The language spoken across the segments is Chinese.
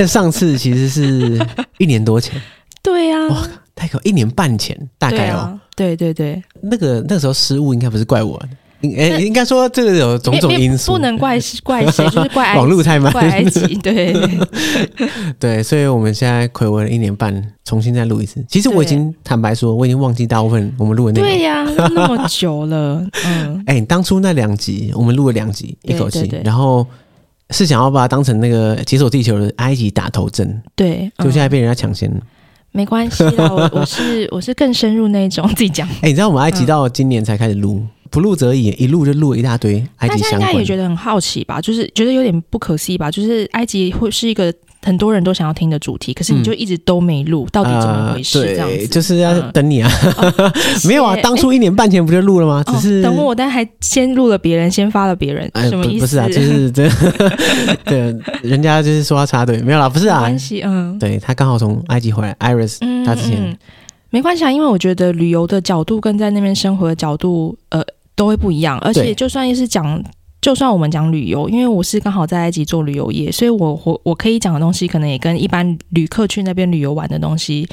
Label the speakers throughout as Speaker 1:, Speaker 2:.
Speaker 1: 但上次其实是一年多 前，
Speaker 2: 对呀、
Speaker 1: 哇，太可一年半前大
Speaker 2: 对
Speaker 1: 概哦。
Speaker 2: 啊，对对对，
Speaker 1: 那个那个时候失误应该不是怪我，应哎、
Speaker 2: 那
Speaker 1: 应该说这个有种种
Speaker 2: 因为
Speaker 1: 因素，
Speaker 2: 不能怪是怪谁， 就是怪
Speaker 1: 网
Speaker 2: 埃
Speaker 1: 络太慢，
Speaker 2: 怪埃 及，对，
Speaker 1: 对，所以我们现在暌违了一年半，重新再录一次。其实我已经坦白说，我已经忘记大部分我们录的内容
Speaker 2: 对。呀、那么久了，嗯，
Speaker 1: 哎、你当初那两集我们录了两集，一
Speaker 2: 对
Speaker 1: 口气，
Speaker 2: 对对
Speaker 1: 然后是想要把它当成那个解锁地球的埃及打头阵，
Speaker 2: 对，
Speaker 1: 就
Speaker 2: 嗯、
Speaker 1: 现在被人家抢先了。
Speaker 2: 没关系啦，我我是我是更深入那一种自己讲，
Speaker 1: 哎、你知道我们
Speaker 2: 嗯
Speaker 1: 埃及到今年才开始录，不录则已，一录就录了一大堆埃
Speaker 2: 大
Speaker 1: 及
Speaker 2: 家
Speaker 1: 相
Speaker 2: 应该
Speaker 1: 关
Speaker 2: 也。觉得很好奇吧，就是觉得有点不可思议吧，就是埃及会是一个很多人都想要听的主题，可是你就一直都没录，到底怎么回事？
Speaker 1: 呃
Speaker 2: 这样
Speaker 1: 嗯对，
Speaker 2: 子嗯
Speaker 1: 就是要等你啊！没有啊，
Speaker 2: 谢
Speaker 1: 当初一年半前不就录了吗？只是、
Speaker 2: 哦、等我，但还先录了别人，先发了别人，
Speaker 1: 哎，
Speaker 2: 什么
Speaker 1: 不
Speaker 2: 意思？
Speaker 1: 不是啊，就是这 对，人家就是说要插队，没有啦，不是
Speaker 2: 没
Speaker 1: 啊
Speaker 2: 关，系，嗯
Speaker 1: 对他刚好从埃及回来，Iris，
Speaker 2: 嗯，
Speaker 1: 他之前
Speaker 2: 嗯没关系啊，因为我觉得旅游的角度跟在那边生活的角度，呃，都会不一样，而
Speaker 1: 对
Speaker 2: 且就算是讲。就算我们讲旅游，因为我是刚好在埃及做旅游业，所以我我我可以讲的东西，可能也跟一般旅客去那边旅游玩的东西、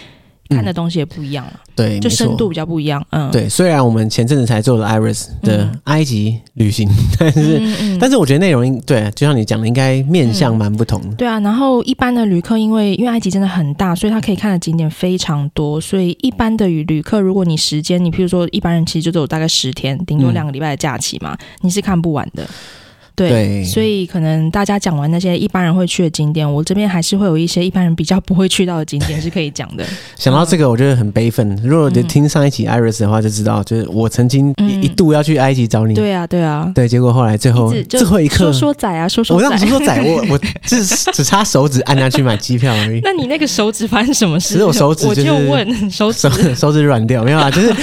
Speaker 2: 看的
Speaker 1: 嗯
Speaker 2: 东西也不一样了，
Speaker 1: 对，
Speaker 2: 就
Speaker 1: 没
Speaker 2: 深
Speaker 1: 错
Speaker 2: 度比较不一样。嗯，
Speaker 1: 对，虽然我们前阵子才做了 Iris 的
Speaker 2: 嗯
Speaker 1: 埃及旅行， 但是、
Speaker 2: 嗯，嗯嗯
Speaker 1: 但是我觉得内容应对，就像你讲的，应该面向蛮不同的。
Speaker 2: 对啊，然后一般的旅客，因为因为埃及真的很大，所以它可以看的景点非常多，所以一般的旅客，如果你时间，你譬如说一般人其实就只有大概十天，顶多
Speaker 1: 嗯
Speaker 2: 两个礼拜的假期嘛，你是看不完的。对，
Speaker 1: 对
Speaker 2: 所以可能大家讲完那些一般人会去的景点，我这边还是会有一些一般人比较不会去到的景点是可以讲的。
Speaker 1: 想到这个，我觉得很悲愤。如果你
Speaker 2: 嗯
Speaker 1: 听上一期 Iris 的话，就知道，就是我曾经
Speaker 2: 嗯
Speaker 1: 一一度要去埃及找你，
Speaker 2: 对啊，对啊，
Speaker 1: 对，结果后来最后
Speaker 2: 一直就
Speaker 1: 最后一刻
Speaker 2: 说，说仔啊，说说
Speaker 1: 我让
Speaker 2: 仔
Speaker 1: 你。说仔，我我只只差手指按下去买机票而已。
Speaker 2: 那你那个手指发生什么事？
Speaker 1: 只有手指
Speaker 2: 我
Speaker 1: 就是
Speaker 2: 问手指
Speaker 1: 手手指软掉，没有啦，啊就是，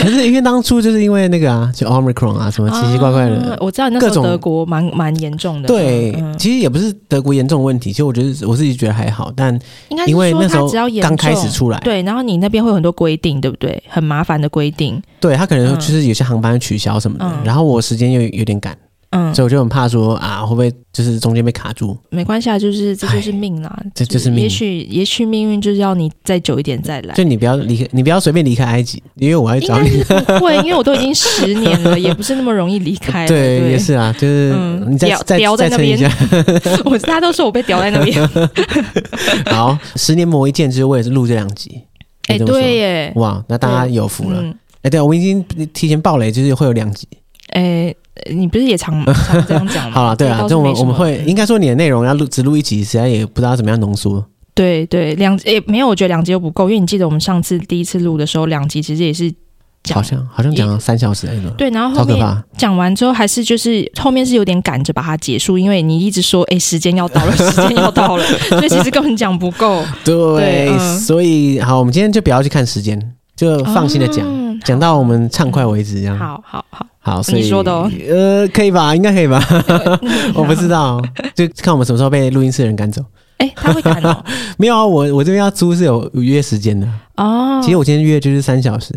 Speaker 1: 可是因为当初就是因为那个啊，就 omicron 啊，什么奇奇怪怪的，
Speaker 2: 啊我知道你那时
Speaker 1: 各
Speaker 2: 候
Speaker 1: 种
Speaker 2: 德国蛮蛮严重的。
Speaker 1: 对，
Speaker 2: 嗯
Speaker 1: 其实也不是德国严重的问题，其实我觉得我自己觉得还好，但
Speaker 2: 应该是
Speaker 1: 因为
Speaker 2: 说
Speaker 1: 那时候
Speaker 2: 它只要严
Speaker 1: 刚开始
Speaker 2: 重
Speaker 1: 出来，
Speaker 2: 对，然后你那边会有很多规定，对不对？很麻烦的规定，
Speaker 1: 对他可能就是有些航班取消什么的，
Speaker 2: 嗯
Speaker 1: 然后我时间又有点赶，
Speaker 2: 嗯，
Speaker 1: 所以我就很怕说啊，会不会就是中间被卡住？
Speaker 2: 没关系啊，就是这就是命啦，
Speaker 1: 哎这就是命
Speaker 2: 也许也许命运就是要你再久一点再来。
Speaker 1: 就你不要离开，你不要随便离开埃及，因为我要去
Speaker 2: 应
Speaker 1: 找
Speaker 2: 该
Speaker 1: 你。
Speaker 2: 是不会，因为我都已经十年了，也不是那么容易离开 了。
Speaker 1: 对，
Speaker 2: 对，
Speaker 1: 也是啊，就是
Speaker 2: 嗯
Speaker 1: 你再
Speaker 2: 叼
Speaker 1: 再
Speaker 2: 叼在
Speaker 1: 再
Speaker 2: 那
Speaker 1: 撑一
Speaker 2: 边
Speaker 1: 下，
Speaker 2: 我大家都说我被叼在那边。哎
Speaker 1: 好，十年磨一剑之后，我也是录这两集。可
Speaker 2: 哎、
Speaker 1: 以这么说
Speaker 2: 对耶，
Speaker 1: 哇，那大家有福了。哎、
Speaker 2: 嗯，
Speaker 1: 对，我们已经提前爆雷，就是会有两集。
Speaker 2: 哎、你不是 也常常这样讲吗？
Speaker 1: 好了，对啊，
Speaker 2: 倒是
Speaker 1: 这我们
Speaker 2: 没什
Speaker 1: 我们
Speaker 2: 么嗯
Speaker 1: 会应该说你的内容要录只录一集，实在也不知道怎么样浓缩。
Speaker 2: 对对，两也、没有，我觉得两集又不够，因为你记得我们上次第一次录的时候，两集其实也是讲
Speaker 1: 好像好像讲了三小时，哎、欸，
Speaker 2: 对，然后
Speaker 1: 超
Speaker 2: 后
Speaker 1: 可
Speaker 2: 面
Speaker 1: 怕。
Speaker 2: 讲完之后，还是就是后面是有点赶着把它结束，因为你一直说，哎、时间要到了，时间要到了，所以其实根本讲不够。
Speaker 1: 对，
Speaker 2: 对嗯
Speaker 1: 所以好，我们今天就不要去看时间， 就放心的讲，
Speaker 2: 嗯
Speaker 1: 讲、到我们畅快为止，这样。
Speaker 2: 哦好好好，
Speaker 1: 好，所以
Speaker 2: 你说的哦
Speaker 1: 呃，可以吧？应该可以吧？ 我不知
Speaker 2: 道，
Speaker 1: 道，就看我们什么时候被录音室的人赶走。
Speaker 2: 哎、他会赶 哦。
Speaker 1: 没有啊，我我这边要租是有约时间的。
Speaker 2: 哦，
Speaker 1: 其实我今天约就是三小时，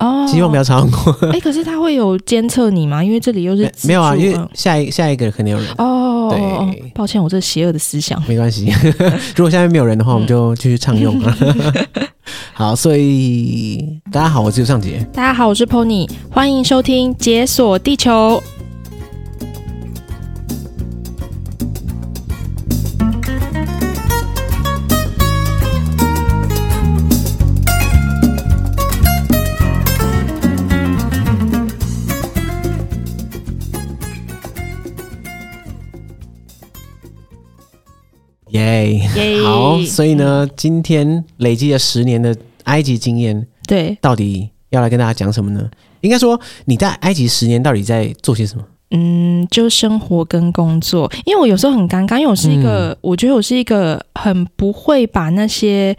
Speaker 2: 哦，
Speaker 1: 希望不要超过。
Speaker 2: 哎、可是他会有监测你吗？因为这里又是
Speaker 1: 没没有啊，
Speaker 2: 自
Speaker 1: 因
Speaker 2: 助
Speaker 1: 为
Speaker 2: 嗯
Speaker 1: 下一下一个肯定有人，
Speaker 2: 哦哦哦
Speaker 1: 对
Speaker 2: 哦，抱歉，我这邪恶的思想。
Speaker 1: 没关系。 如果下面没有
Speaker 2: 嗯
Speaker 1: 人的话，我们就继续畅用 啊。好，所以大家好，我是尤尚杰。
Speaker 2: 大家好，我是 Pony，欢迎收听《解锁地球》。
Speaker 1: 耶、
Speaker 2: 耶、
Speaker 1: 好，所以呢，今天累积了十年的埃及经验，
Speaker 2: 对，
Speaker 1: 到底要来跟大家讲什么呢？应该说你在埃及十年到底在做些什么？
Speaker 2: 嗯，就生活跟工作，
Speaker 1: 嗯
Speaker 2: 因为我有时候很尴尬，因为我是一个，我觉得我是一个很不会把那些。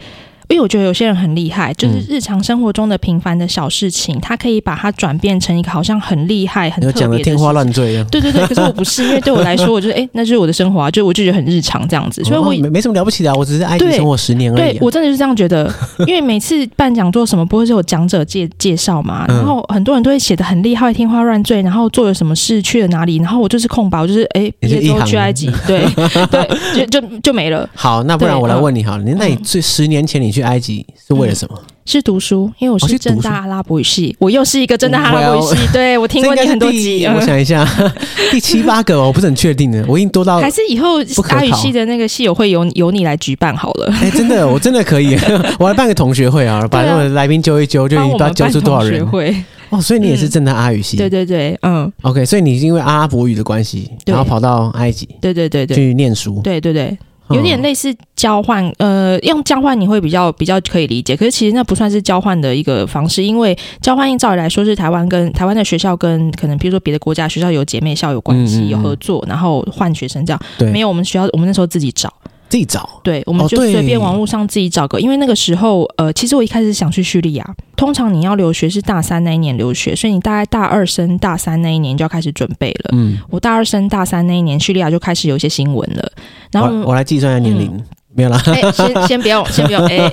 Speaker 2: 因为我觉得有些人很厉害，就是
Speaker 1: 嗯
Speaker 2: 日常生活中的平凡的小事情，他可以把它转变成一个好像很厉害、
Speaker 1: 你
Speaker 2: 很特
Speaker 1: 又
Speaker 2: 别
Speaker 1: 讲
Speaker 2: 的
Speaker 1: 的
Speaker 2: 事
Speaker 1: 天花
Speaker 2: 情。
Speaker 1: 乱坠一啊样，
Speaker 2: 对对对，可是我不是，因为对我来说，我就是哎、诶那就是我的生活啊，就我就觉得很日常这样子，所以
Speaker 1: 哦
Speaker 2: 我
Speaker 1: 没没什么了不起的、啊，我只是埃及
Speaker 2: 对
Speaker 1: 生活十年而
Speaker 2: 对
Speaker 1: 已、啊。
Speaker 2: 我真的是这样觉 得，因为每次办讲座什么，不会是有讲者介介绍嘛，
Speaker 1: 嗯
Speaker 2: 然后很多人都会写的很厉害，天花乱坠，然后做了什么事，去了哪里，然后我就是空白，我就是哎，
Speaker 1: 你
Speaker 2: 毕
Speaker 1: 就
Speaker 2: 业之
Speaker 1: 一
Speaker 2: 后
Speaker 1: 行
Speaker 2: 去埃及，对 对，就就就没了。
Speaker 1: 好，那不然
Speaker 2: 对
Speaker 1: 我来
Speaker 2: 嗯
Speaker 1: 问你好了，你那你
Speaker 2: 嗯
Speaker 1: 最十年前你去埃及是为了什么？
Speaker 2: 是读书，因为我
Speaker 1: 哦
Speaker 2: 是
Speaker 1: 是读嗯
Speaker 2: 正大阿拉伯语系，我又是一个正大阿拉伯语系，对我听
Speaker 1: 这
Speaker 2: 过
Speaker 1: 应该
Speaker 2: 你
Speaker 1: 是
Speaker 2: 很多
Speaker 1: 第
Speaker 2: 集，
Speaker 1: 我
Speaker 2: 嗯
Speaker 1: 想一下， 第七八个哦我不是很确定的，我已经多到
Speaker 2: 还是以后
Speaker 1: 不可
Speaker 2: 阿语
Speaker 1: 考
Speaker 2: 系的那个系友会由由你来举办好了，
Speaker 1: 哎、真的，我真的可以， 我来办个同学会啊，把
Speaker 2: 对啊
Speaker 1: 我的来宾揪一揪，就
Speaker 2: 帮
Speaker 1: 你不
Speaker 2: 我
Speaker 1: 知道
Speaker 2: 们
Speaker 1: 揪
Speaker 2: 办
Speaker 1: 出多少
Speaker 2: 同学
Speaker 1: 人
Speaker 2: 会，
Speaker 1: 哦。所以你也是正大阿语系、
Speaker 2: 对对对，嗯，
Speaker 1: OK，所以你是因为阿拉伯语的关系，
Speaker 2: 对
Speaker 1: 然后跑到埃及
Speaker 2: 对对对对
Speaker 1: 去念书，哦
Speaker 2: 对对对，有点
Speaker 1: 累。
Speaker 2: 类似交换，呃，用交换你会比较比较可以理解，可是其实那不算是交换的一个方式，因为交换应照理来说是台湾跟台湾的学校跟可能比如说别的国家学校有姐妹校有关
Speaker 1: 嗯
Speaker 2: 系、
Speaker 1: 嗯嗯
Speaker 2: 有合作，然后换学生这样，
Speaker 1: 对
Speaker 2: 没有我们学校我们那时候自己找，
Speaker 1: 自己找
Speaker 2: 对，我们
Speaker 1: 哦
Speaker 2: 就
Speaker 1: 对
Speaker 2: 随便网络上自己找个，因为那个时候呃，其实我一开始想去叙利亚，通常你要留学是大三那一年留学，所以你大概大二升大三那一年就要开始准备了。
Speaker 1: 嗯，
Speaker 2: 我大二升大三那一年，叙利亚就开始有一些新闻了，然后我们
Speaker 1: 我我来计算一下年龄，没有啦，
Speaker 2: 哎、先先不用，先不用，哎、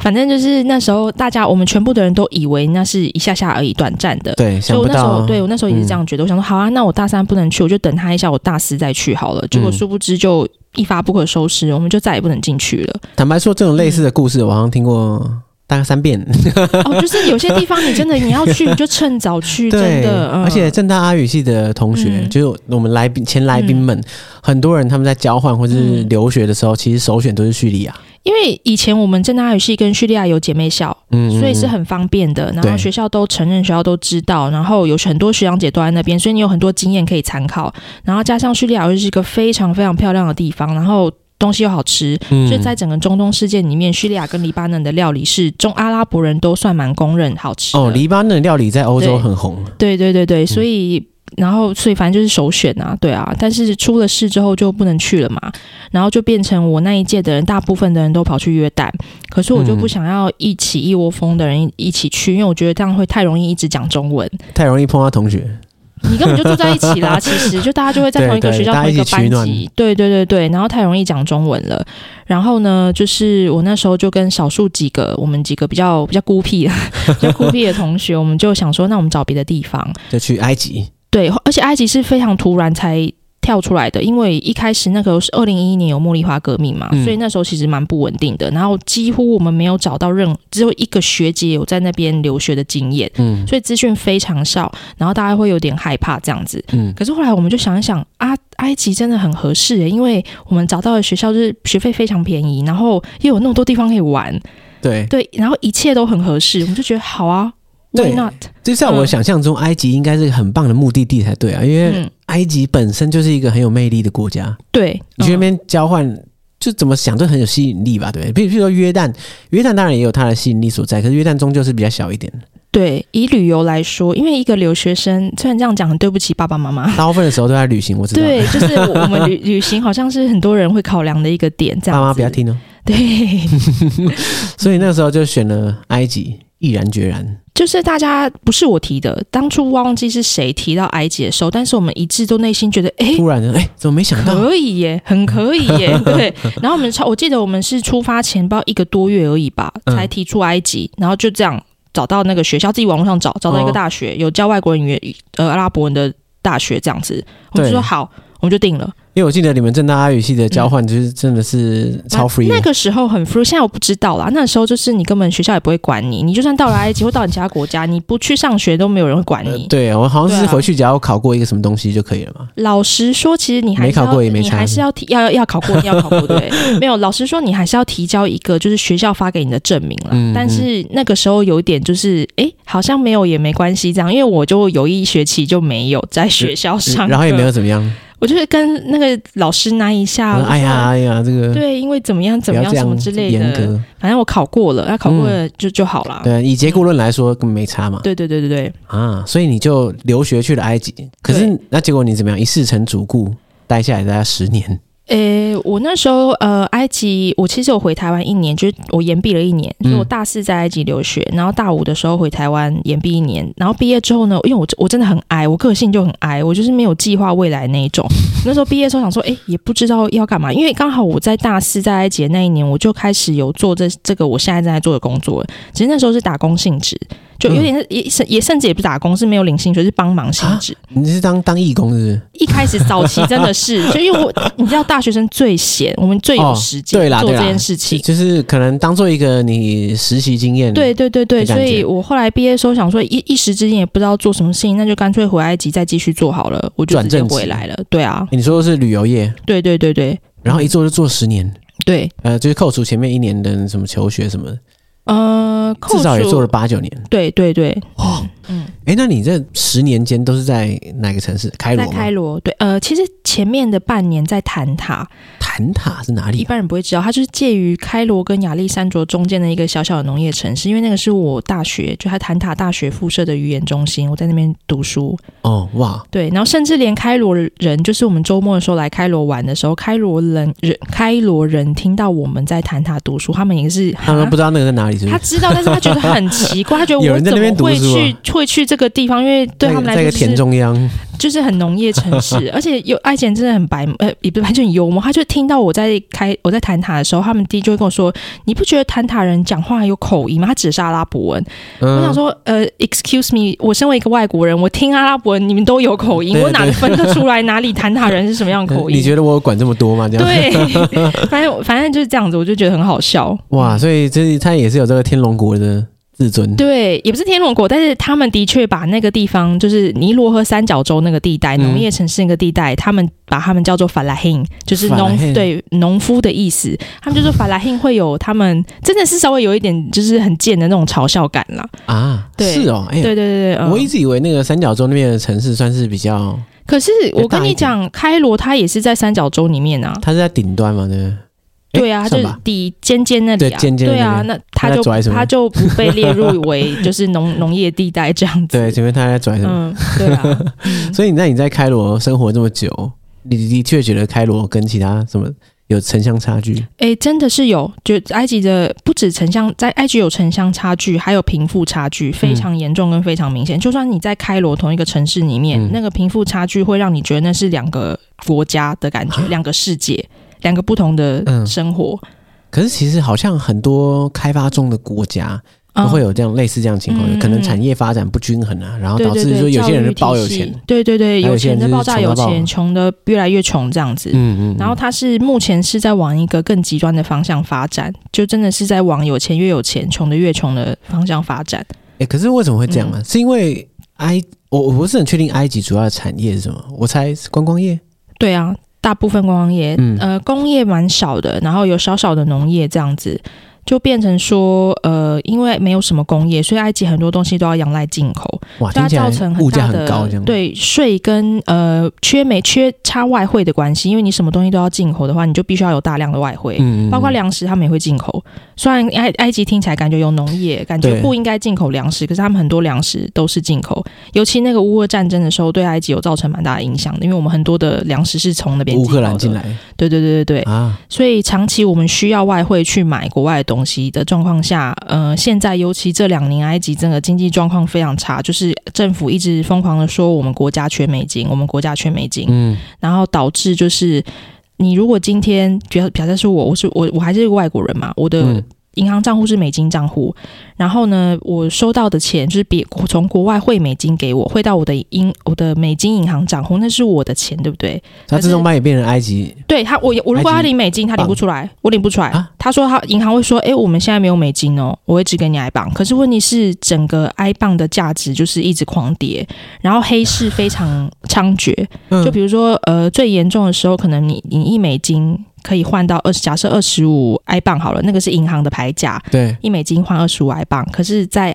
Speaker 2: 反正就是那时候大家我们全部的人都以为那是一下下而已，短暂的。
Speaker 1: 对，想
Speaker 2: 所以
Speaker 1: 不
Speaker 2: 我那时
Speaker 1: 到啊嗯
Speaker 2: 候，，对我那时候也是这样觉得，我想说，好啊，那我大三不能去，我就等他一下，我大四再去好了。结果
Speaker 1: 嗯
Speaker 2: 殊不知就一发不可收拾，我们就再也不能进去 了。
Speaker 1: 坦白说，这种类
Speaker 2: 嗯
Speaker 1: 似的故事我好像听过大概三遍，
Speaker 2: 哦，就是有些地方你真的你要去，你就趁早去，真
Speaker 1: 对，
Speaker 2: 的。嗯、
Speaker 1: 而且正大阿语系的同学，
Speaker 2: 嗯
Speaker 1: 就是我们来宾前来宾们，很多人他们在交换或是
Speaker 2: 嗯
Speaker 1: 留学的时候，其实首选都是叙利亚，
Speaker 2: 因为以前我们正大语系跟叙利亚有姐妹校，
Speaker 1: 嗯
Speaker 2: 所以是
Speaker 1: 嗯
Speaker 2: 很方便的。然后
Speaker 1: 对
Speaker 2: 学校都承认，学校都知道，然后有很多学长姐都在那边，所以你有很多经验可以参考。然后加上叙利亚又是一个非常非常漂亮的地方，然后。东西又好吃，
Speaker 1: 嗯
Speaker 2: 所以在整个中东世界里面，叙利亚跟黎巴嫩的料理是中阿拉伯人都算蛮公认好吃的。
Speaker 1: 哦，黎巴嫩料理在欧洲
Speaker 2: 对
Speaker 1: 很红，
Speaker 2: 对对对对，所以、然后所以反正就是首选啊，对啊。但是出了事之后就不能去了嘛，然后就变成我那一届的人，大部分的人都跑去约旦，可是我就不
Speaker 1: 嗯
Speaker 2: 想要一起一窝蜂的人一一起去，因为我觉得这样会太容易一直讲中文，
Speaker 1: 太容易碰到同学。
Speaker 2: 你根本就住在一起 啦。其实就大家就会在同一个
Speaker 1: 对对
Speaker 2: 学校、
Speaker 1: 大
Speaker 2: 同
Speaker 1: 家一
Speaker 2: 一
Speaker 1: 起
Speaker 2: 个班
Speaker 1: 取暖
Speaker 2: 级，对对对对，然后太容易讲中文了。然后呢，就是我那时候就跟少数几个我们几个比较比较孤僻的、 比较孤僻的同学，我们就想说，那我们找别的地方。
Speaker 1: 就去埃及，
Speaker 2: 对，而且埃及是非常突然才跳出来的，因为一开始那个是二零一一年有茉莉花革命嘛，
Speaker 1: 嗯
Speaker 2: 所以那时候其实蛮不稳定的。然后几乎我们没有找到任，只有一个学姐有在那边留学的经验，
Speaker 1: 嗯
Speaker 2: 所以资讯非常少，然后大家会有点害怕这样子。
Speaker 1: 嗯，
Speaker 2: 可是后来我们就想一想啊，埃及真的很合适欸耶，因为我们找到的学校就是学费非常便宜，然后又有那么多地方可以玩，
Speaker 1: 对，
Speaker 2: 对，然后一切都很合适，我们就觉得好啊，Why
Speaker 1: 对
Speaker 2: not？
Speaker 1: 就在我
Speaker 2: 嗯
Speaker 1: 想象中，埃及应该是个很棒的目的地才对啊，因为
Speaker 2: 嗯，
Speaker 1: 埃及本身就是一个很有魅力的国家，
Speaker 2: 对，
Speaker 1: 你去那
Speaker 2: 嗯
Speaker 1: 边交换。就怎么想都很有吸引力吧，对不对？比如比如说约旦，约旦当然也有它的吸引力所在，可是约旦终究是比较小一点。
Speaker 2: 对，以旅游来说，因为一个留学生，虽然这样讲很对不起爸爸妈妈，
Speaker 1: 大部分的时候都在旅行，我知道。
Speaker 2: 对，就是我我们旅旅行好像是很多人会考量的一个点，这样
Speaker 1: 爸
Speaker 2: 子。
Speaker 1: 妈不要听哦。
Speaker 2: 对，
Speaker 1: 所以那时候就选了埃及，毅然决然。
Speaker 2: 就是大家不是我提的，当初忘记是谁提到埃及的时候，但是我们一致都内心觉得，哎、
Speaker 1: 突然的，哎、怎么没想到？
Speaker 2: 可以耶， 很可以 耶，对。然后我们超，我记得我们是出发前不知道一个多月而已吧，
Speaker 1: 嗯
Speaker 2: 才提出埃及，然后就这样找到那个学校，自己网络上找，找到一个
Speaker 1: 哦
Speaker 2: 大学、有教外国人语言呃阿拉伯文的大学这样子，我们就
Speaker 1: 对
Speaker 2: 说好，我们就定了。
Speaker 1: 因为我记得你们正大阿语系的交换，就是真的是超 free 的。
Speaker 2: 那个时候很 free，现在我不知道啦。那时候就是你根本学校也不会管你，你就算到了埃及或到你其他国家，你不去上学都没有人会管
Speaker 1: 呃
Speaker 2: 你。
Speaker 1: 对我好像
Speaker 2: 对
Speaker 1: 是
Speaker 2: 啊
Speaker 1: 回去只要考过一个什么东西就可以了嘛。
Speaker 2: 老实说，其实你还
Speaker 1: 没
Speaker 2: 是要
Speaker 1: 考过也没
Speaker 2: 你
Speaker 1: 差
Speaker 2: 还是要提要要要考过，要考过 对。没有，老实说，你还是要提交一个就是学校发给你的证明啦。
Speaker 1: 嗯
Speaker 2: 但是那个时候有一点就是，哎，好像没有也没关系这样，因为我就有一学期就没有在学校
Speaker 1: 嗯
Speaker 2: 上，
Speaker 1: 然后也没有，怎么样。
Speaker 2: 我就是跟那个老师拿一
Speaker 1: 我
Speaker 2: 下，我
Speaker 1: 说
Speaker 2: 说
Speaker 1: 哎呀，哎呀，这个
Speaker 2: 对，因为怎么样
Speaker 1: 不
Speaker 2: 怎么
Speaker 1: 要这
Speaker 2: 样什么
Speaker 1: 样
Speaker 2: 之类
Speaker 1: 严
Speaker 2: 的，
Speaker 1: 格。嗯
Speaker 2: 反正我考过了，那考过了就、就好啦。
Speaker 1: 对，以结果论来说根本没差嘛。
Speaker 2: 对对对对对，
Speaker 1: 啊，所以你就留学去了埃及。可是那结果你怎么样？一世成主顾，待下来大概十年。
Speaker 2: 诶、我那时候呃，埃及，我其实有回台湾一年，就是我延毕了一年，所以我大四在埃及留学，然后大五的时候回台湾延毕一年，然后毕业之后呢，因为我我真的很矮，我个性就很矮，我就是没有计划未来那一种。那时候毕业的时候想说，诶、也不知道要干嘛，因为刚好我在大四在埃及的那一年，我就开始有做这这个我现在正在做的工作了，只是那时候是打工性质，就有点、也也也甚至也不是打工，是没有领薪水，是帮忙性质。
Speaker 1: 你是当当义工是不是？
Speaker 2: 一开始早期真的是， 就因为我你知道大学生最闲，我们最有时间
Speaker 1: 哦对啦
Speaker 2: 做
Speaker 1: 对
Speaker 2: 这
Speaker 1: 啦
Speaker 2: 件事情。
Speaker 1: 就是可能当做一个你实习经验，
Speaker 2: 对对对对，
Speaker 1: 的感
Speaker 2: 所
Speaker 1: 觉
Speaker 2: 以我后来毕业的时候想说一，一时之间也不知道做什么事情，那就干脆回埃及再继续做好了，我就直
Speaker 1: 转
Speaker 2: 接
Speaker 1: 正职
Speaker 2: 回来了。对啊，
Speaker 1: 你说的是旅游业，
Speaker 2: 对对对对
Speaker 1: 然后一做就做十年，
Speaker 2: 对，
Speaker 1: 呃，就是扣除前面一年的什么求学什么的，
Speaker 2: 呃，扣
Speaker 1: 至少也
Speaker 2: 除嗯
Speaker 1: 做了八九年。
Speaker 2: 对对对，
Speaker 1: 哎，那你这十年间都是在哪个城市？开罗
Speaker 2: 在
Speaker 1: 吗？
Speaker 2: 开罗，对，呃，其实前面的半年在谈塔，
Speaker 1: 坦塔是哪
Speaker 2: 一
Speaker 1: 里啊？
Speaker 2: 般人不会知道，它就是介于开罗跟亚历山卓中间的一个小小的农业城市，因为那个是我大学，就它坦塔大学附设的语言中心，我在那边读书。
Speaker 1: 哦，哇，
Speaker 2: 对，然后甚至连开罗人，就是我们周末的时候来开罗玩的时候，开罗人人开罗人听到我们在坦塔读书，他们也是
Speaker 1: 他们不知道那个在哪里，是不
Speaker 2: 他
Speaker 1: 是？
Speaker 2: 知道，但是他觉得很奇怪，他觉 得
Speaker 1: 有
Speaker 2: 我
Speaker 1: 人在
Speaker 2: 怎
Speaker 1: 那
Speaker 2: 么
Speaker 1: 边
Speaker 2: 会
Speaker 1: 读书啊
Speaker 2: 去会去这个地方？因为对他们
Speaker 1: 在
Speaker 2: 来
Speaker 1: 一
Speaker 2: 说
Speaker 1: 个
Speaker 2: 就是
Speaker 1: 田中央，
Speaker 2: 就是很农业城 市，而且有埃及人真的很白目，呃，也不是白，就很幽默。他就听到我在开我在谈塔的时候，他们第一就会跟我说：“你不觉得谈塔人讲话有口音吗？”他只是阿拉伯文。我
Speaker 1: 嗯，
Speaker 2: 想说，呃，excuse me，我身为一个外国人，我听阿拉伯文，你们都有口音，
Speaker 1: 对
Speaker 2: 我哪里分得出来哪里谈塔人是什么样的口
Speaker 1: 呃 你
Speaker 2: 音？
Speaker 1: 觉得我有管这么多吗？这样，
Speaker 2: 对，反正反正就是这样子，我就觉得很好笑。
Speaker 1: 哇，所以这他也是有这个天龙国的自尊，
Speaker 2: 对，也不是天龙国，但是他们的确把那个地方，就是尼罗河三角洲那个地带，
Speaker 1: 嗯
Speaker 2: 农业城市那个地带，他们把他们叫做法拉辛，就是农
Speaker 1: Falahin
Speaker 2: 对农夫的意思。他们就说法拉辛会有他们真的是稍微有一点就是很贱的那种嘲笑感啦。
Speaker 1: 啊，
Speaker 2: 对
Speaker 1: 是哦，哎、
Speaker 2: 对对对对，嗯
Speaker 1: 我一直以为那个三角洲那边的城市算是比较，
Speaker 2: 可是我跟
Speaker 1: 比
Speaker 2: 你
Speaker 1: 较大一点
Speaker 2: 讲，开罗它也是在三角洲里面啊。
Speaker 1: 它是在顶端嘛，对不对？诶
Speaker 2: 对啊，就
Speaker 1: 哎算
Speaker 2: 是
Speaker 1: 吧
Speaker 2: 底尖尖那里
Speaker 1: 对
Speaker 2: 啊，
Speaker 1: 尖尖那
Speaker 2: 对啊，
Speaker 1: 边
Speaker 2: 那
Speaker 1: 它
Speaker 2: 它
Speaker 1: 在
Speaker 2: 就
Speaker 1: 拽什么
Speaker 2: 它就不被列入为就是农 农业地带这样子。
Speaker 1: 对，前面他在转什么？
Speaker 2: 嗯，对 啊，嗯
Speaker 1: 所以那你在开罗生活这么久，你的确觉得开罗跟其他什么有城乡差距？
Speaker 2: 诶，真的是有，就埃及的不止城乡，在埃及有城乡差距，还有贫富差
Speaker 1: 嗯
Speaker 2: 距非常严重跟非常明显。就算你在开罗同一个城市里面，
Speaker 1: 嗯
Speaker 2: 那个贫富差距会让你觉得那是两个国家的感觉，两个世界，两个不同的
Speaker 1: 啊嗯
Speaker 2: 生活。
Speaker 1: 可是其实好像很多开发中的国家都
Speaker 2: 嗯
Speaker 1: 会有这样、类似这样的情况，
Speaker 2: 嗯
Speaker 1: 可能产业发展不均衡啊，然后
Speaker 2: 对
Speaker 1: 导
Speaker 2: 对
Speaker 1: 致
Speaker 2: 对，
Speaker 1: 说有些人
Speaker 2: 教育
Speaker 1: 是包
Speaker 2: 体
Speaker 1: 有
Speaker 2: 系
Speaker 1: 钱，
Speaker 2: 对对对，
Speaker 1: 还有
Speaker 2: 有
Speaker 1: 些
Speaker 2: 钱
Speaker 1: 人
Speaker 2: 的
Speaker 1: 就是
Speaker 2: 爆炸
Speaker 1: 穷
Speaker 2: 有
Speaker 1: 到爆
Speaker 2: 钱，穷的越来越穷这样子。
Speaker 1: 嗯嗯，
Speaker 2: 然后它是目前是在往一个更极端的方向发展，就真的是在往有钱越有钱、穷的越穷的方向发展。
Speaker 1: 哎、可是为什么会这样啊？
Speaker 2: 嗯
Speaker 1: 是因为埃我我不是很确定埃及主要的产业是什么，我猜是观光业。
Speaker 2: 对啊，大部分观光业，
Speaker 1: 嗯
Speaker 2: 呃，工业蛮少的，然后有少少的农业这样子，就变成说，呃，因为没有什么工业，所以埃及很多东西都要仰赖进口，
Speaker 1: 哇，
Speaker 2: 所
Speaker 1: 听
Speaker 2: 以它
Speaker 1: 起
Speaker 2: 啊造
Speaker 1: 来
Speaker 2: 成很
Speaker 1: 物价
Speaker 2: 大
Speaker 1: 很
Speaker 2: 的
Speaker 1: 高，这样，
Speaker 2: 对税跟呃缺没缺差外汇的关系，因为你什么东西都要进口的话，你就必须要有大量的外汇。
Speaker 1: 嗯，嗯嗯
Speaker 2: 包括粮食，他们也会进口。虽然埃埃及听起来感觉有农业，感觉
Speaker 1: 对
Speaker 2: 不应该进口粮食，可是他们很多粮食都是进口。尤其那个乌俄战争的时候，对埃及有造成蛮大的影响的，因为我们很多的粮食是从那边
Speaker 1: 乌克兰
Speaker 2: 进
Speaker 1: 进
Speaker 2: 口的。
Speaker 1: 来
Speaker 2: 对对对对对，
Speaker 1: 啊，
Speaker 2: 所以长期我们需要外汇去买国外的东西的状况下，呃，现在尤其这两年埃及整个经济状况非常差，就是政府一直疯狂的说我们国家缺美金，我们国家缺美金，
Speaker 1: 嗯，
Speaker 2: 然后导致就是你如果今天，比如假设是我，我是我我还是一个外国人嘛，我的
Speaker 1: 嗯
Speaker 2: 银行账户是美金账户，然后呢，我收到的钱就是别从国外汇美金给我，汇到我的银我的美金银行账户，那是我的钱，对不对？
Speaker 1: 它自动卖也变成埃及，
Speaker 2: 对他，我我如果
Speaker 1: 埃
Speaker 2: 要
Speaker 1: 及
Speaker 2: 领美金，他领不
Speaker 1: 镑
Speaker 2: 出来，我领不出来。
Speaker 1: 啊
Speaker 2: 他说他银行会说，哎、我们现在没有美金哦，我会只给你 i 镑。可是问题是，整个 i 镑的价值就是一直狂跌，然后黑市非常猖獗。
Speaker 1: 嗯
Speaker 2: 就比如说，呃，最严重的时候，可能你你一美金可以换到二十，假设二十五 i 镑好了，那个是银行的牌价，
Speaker 1: 对，
Speaker 2: 一美金换二十五 i 镑。可是，在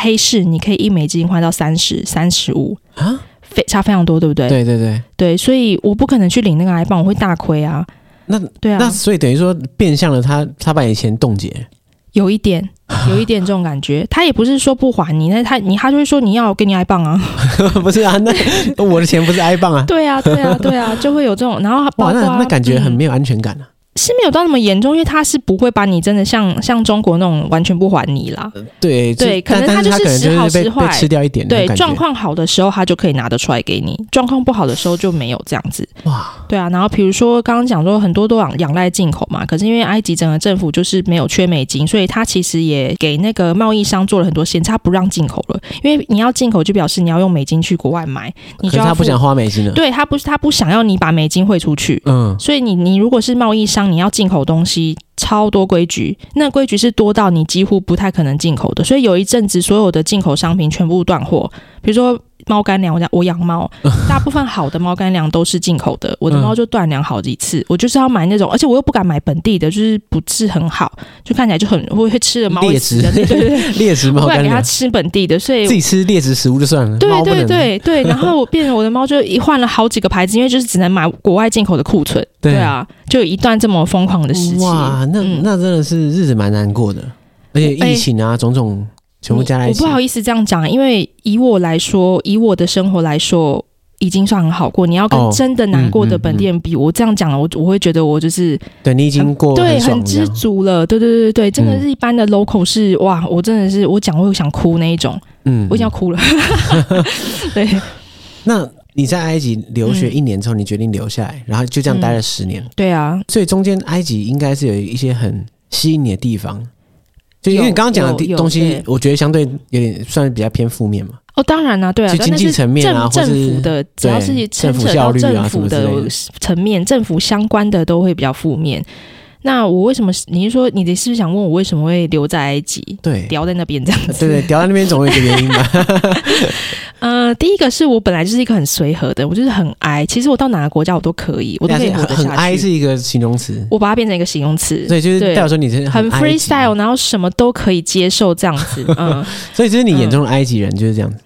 Speaker 2: 黑市你可以一美金换到三十三十五
Speaker 1: 啊，
Speaker 2: 非差非常多，对不对？啊
Speaker 1: 对对对，
Speaker 2: 对所以我不可能去领那个 i 镑，我会大亏啊。
Speaker 1: 那
Speaker 2: 对啊，
Speaker 1: 那所以等于说变相了，他他把你钱冻结，
Speaker 2: 有一点，有一点这种感觉。他也不是说不还你，那他你他就会说你要我给你 i 棒啊，
Speaker 1: 不是啊， 那我的钱不是 i 棒啊，
Speaker 2: 对啊，对啊，对啊，就会有这种。然后包
Speaker 1: 哇，
Speaker 2: 括
Speaker 1: 那那感觉很
Speaker 2: 嗯
Speaker 1: 没有安全感啊。
Speaker 2: 是没有到那么严重，因为他是不会把你真的像像中国那种完全不还你啦。
Speaker 1: 对
Speaker 2: 对
Speaker 1: 就
Speaker 2: 可能
Speaker 1: 但
Speaker 2: 他
Speaker 1: 但是
Speaker 2: 就
Speaker 1: 他可能
Speaker 2: 是时好
Speaker 1: 就是被
Speaker 2: 时坏
Speaker 1: 被吃掉一呃点那
Speaker 2: 对
Speaker 1: 种，感觉，
Speaker 2: 状况好的时候他就可以拿得出来给你，状况不好的时候就没有这样子。
Speaker 1: 哇，
Speaker 2: 对啊，然后比如说刚刚讲说很多都仰仰赖进口嘛，可是因为埃及整个政府就是没有缺美金，所以他其实也给那个贸易商做了很多限制，他不让进口了，因为你要进口就表示你要用美金去国外买，你
Speaker 1: 可
Speaker 2: 就是要
Speaker 1: 他不
Speaker 2: 付
Speaker 1: 想花美金了，
Speaker 2: 对他不是他不想要你把美金汇出去，
Speaker 1: 嗯，
Speaker 2: 所以你你如果是贸易商，你要进口东西，超多规矩，那规矩是多到你几乎不太可能进口的。所以有一阵子，所有的进口商品全部断货，比如说。猫干粮，我讲我 养猫，大部分好的猫干粮都是进口的。我的
Speaker 1: 嗯
Speaker 2: 猫就断粮好几次，我就是要买那种，而且我又不敢买本地的，就是不是很好，就看起来就很会会吃的猫会
Speaker 1: 劣
Speaker 2: 死
Speaker 1: 质
Speaker 2: 的，对对 对，
Speaker 1: 劣质
Speaker 2: 我
Speaker 1: 猫
Speaker 2: 不敢
Speaker 1: 干
Speaker 2: 给它
Speaker 1: 粮，
Speaker 2: 吃本地的，所以
Speaker 1: 自己吃劣质食物就算了，
Speaker 2: 对
Speaker 1: 猫不
Speaker 2: 对
Speaker 1: 能
Speaker 2: 对对，然后我变成我的猫就一换了好几个牌子，因为就是只能买国外进口的库存。
Speaker 1: 对
Speaker 2: 对啊，就有一段这么疯狂的时期。
Speaker 1: 哇，那、
Speaker 2: 嗯哎
Speaker 1: 那真的是日子蛮难过的，而且疫情啊、种种全部加在一
Speaker 2: 我
Speaker 1: 起
Speaker 2: 不，好意思这样讲，因为以我来说，以我的生活来说，已经算很好过。你要跟
Speaker 1: 哦嗯
Speaker 2: 真的难过的本地人比，我这样讲了，我我会觉得我就是
Speaker 1: 对你已经过
Speaker 2: 对
Speaker 1: 爽
Speaker 2: 很
Speaker 1: 这
Speaker 2: 知
Speaker 1: 样，
Speaker 2: 足了。对对对对，真的
Speaker 1: 嗯
Speaker 2: 是一般的 local 是哇，我真的是我讲我有想哭那一种，
Speaker 1: 嗯
Speaker 2: 我已经要哭了。 对，
Speaker 1: 那你在埃及留学
Speaker 2: 嗯
Speaker 1: 一年之后，你决定留下来，然后就这样待了十年，
Speaker 2: 对啊，
Speaker 1: 所以中间埃及应该是有一些很吸引你的地方。就因为你刚刚讲的
Speaker 2: 有
Speaker 1: 地
Speaker 2: 有
Speaker 1: 东西
Speaker 2: 对，
Speaker 1: 我觉得相对有点算比较偏负面嘛。
Speaker 2: 哦，当然啦、对啊，
Speaker 1: 就
Speaker 2: 但
Speaker 1: 经济
Speaker 2: 那是
Speaker 1: 层面啊
Speaker 2: 政
Speaker 1: 或是
Speaker 2: 政府的只要是
Speaker 1: 对
Speaker 2: 牵
Speaker 1: 政府
Speaker 2: 扯
Speaker 1: 效
Speaker 2: 到
Speaker 1: 率啊
Speaker 2: 政
Speaker 1: 什
Speaker 2: 府
Speaker 1: 么之
Speaker 2: 的
Speaker 1: 类的
Speaker 2: 层面、政府相关的都会比较负面。那我为什么？你是说你的是不是想问我为什么会留在埃及，
Speaker 1: 对，
Speaker 2: 留在那边这样子？
Speaker 1: 对对，屌在那边总有一个原因 吧。
Speaker 2: 呃，第一个是我本来就是一个很随和的，我就是很哀。其实我到哪个国家我都可以，我都
Speaker 1: 但
Speaker 2: 可以
Speaker 1: 是
Speaker 2: 活
Speaker 1: 很
Speaker 2: 得
Speaker 1: 很
Speaker 2: 下
Speaker 1: 哀
Speaker 2: 去。
Speaker 1: 是一个形容词，
Speaker 2: 我把它变成一个形容词，
Speaker 1: 所以就是
Speaker 2: 对
Speaker 1: 代表说你是
Speaker 2: 很
Speaker 1: 埃及
Speaker 2: freestyle，然后什么都可以接受这样子。 嗯，
Speaker 1: 所以就是你眼中的埃及人就是这样子。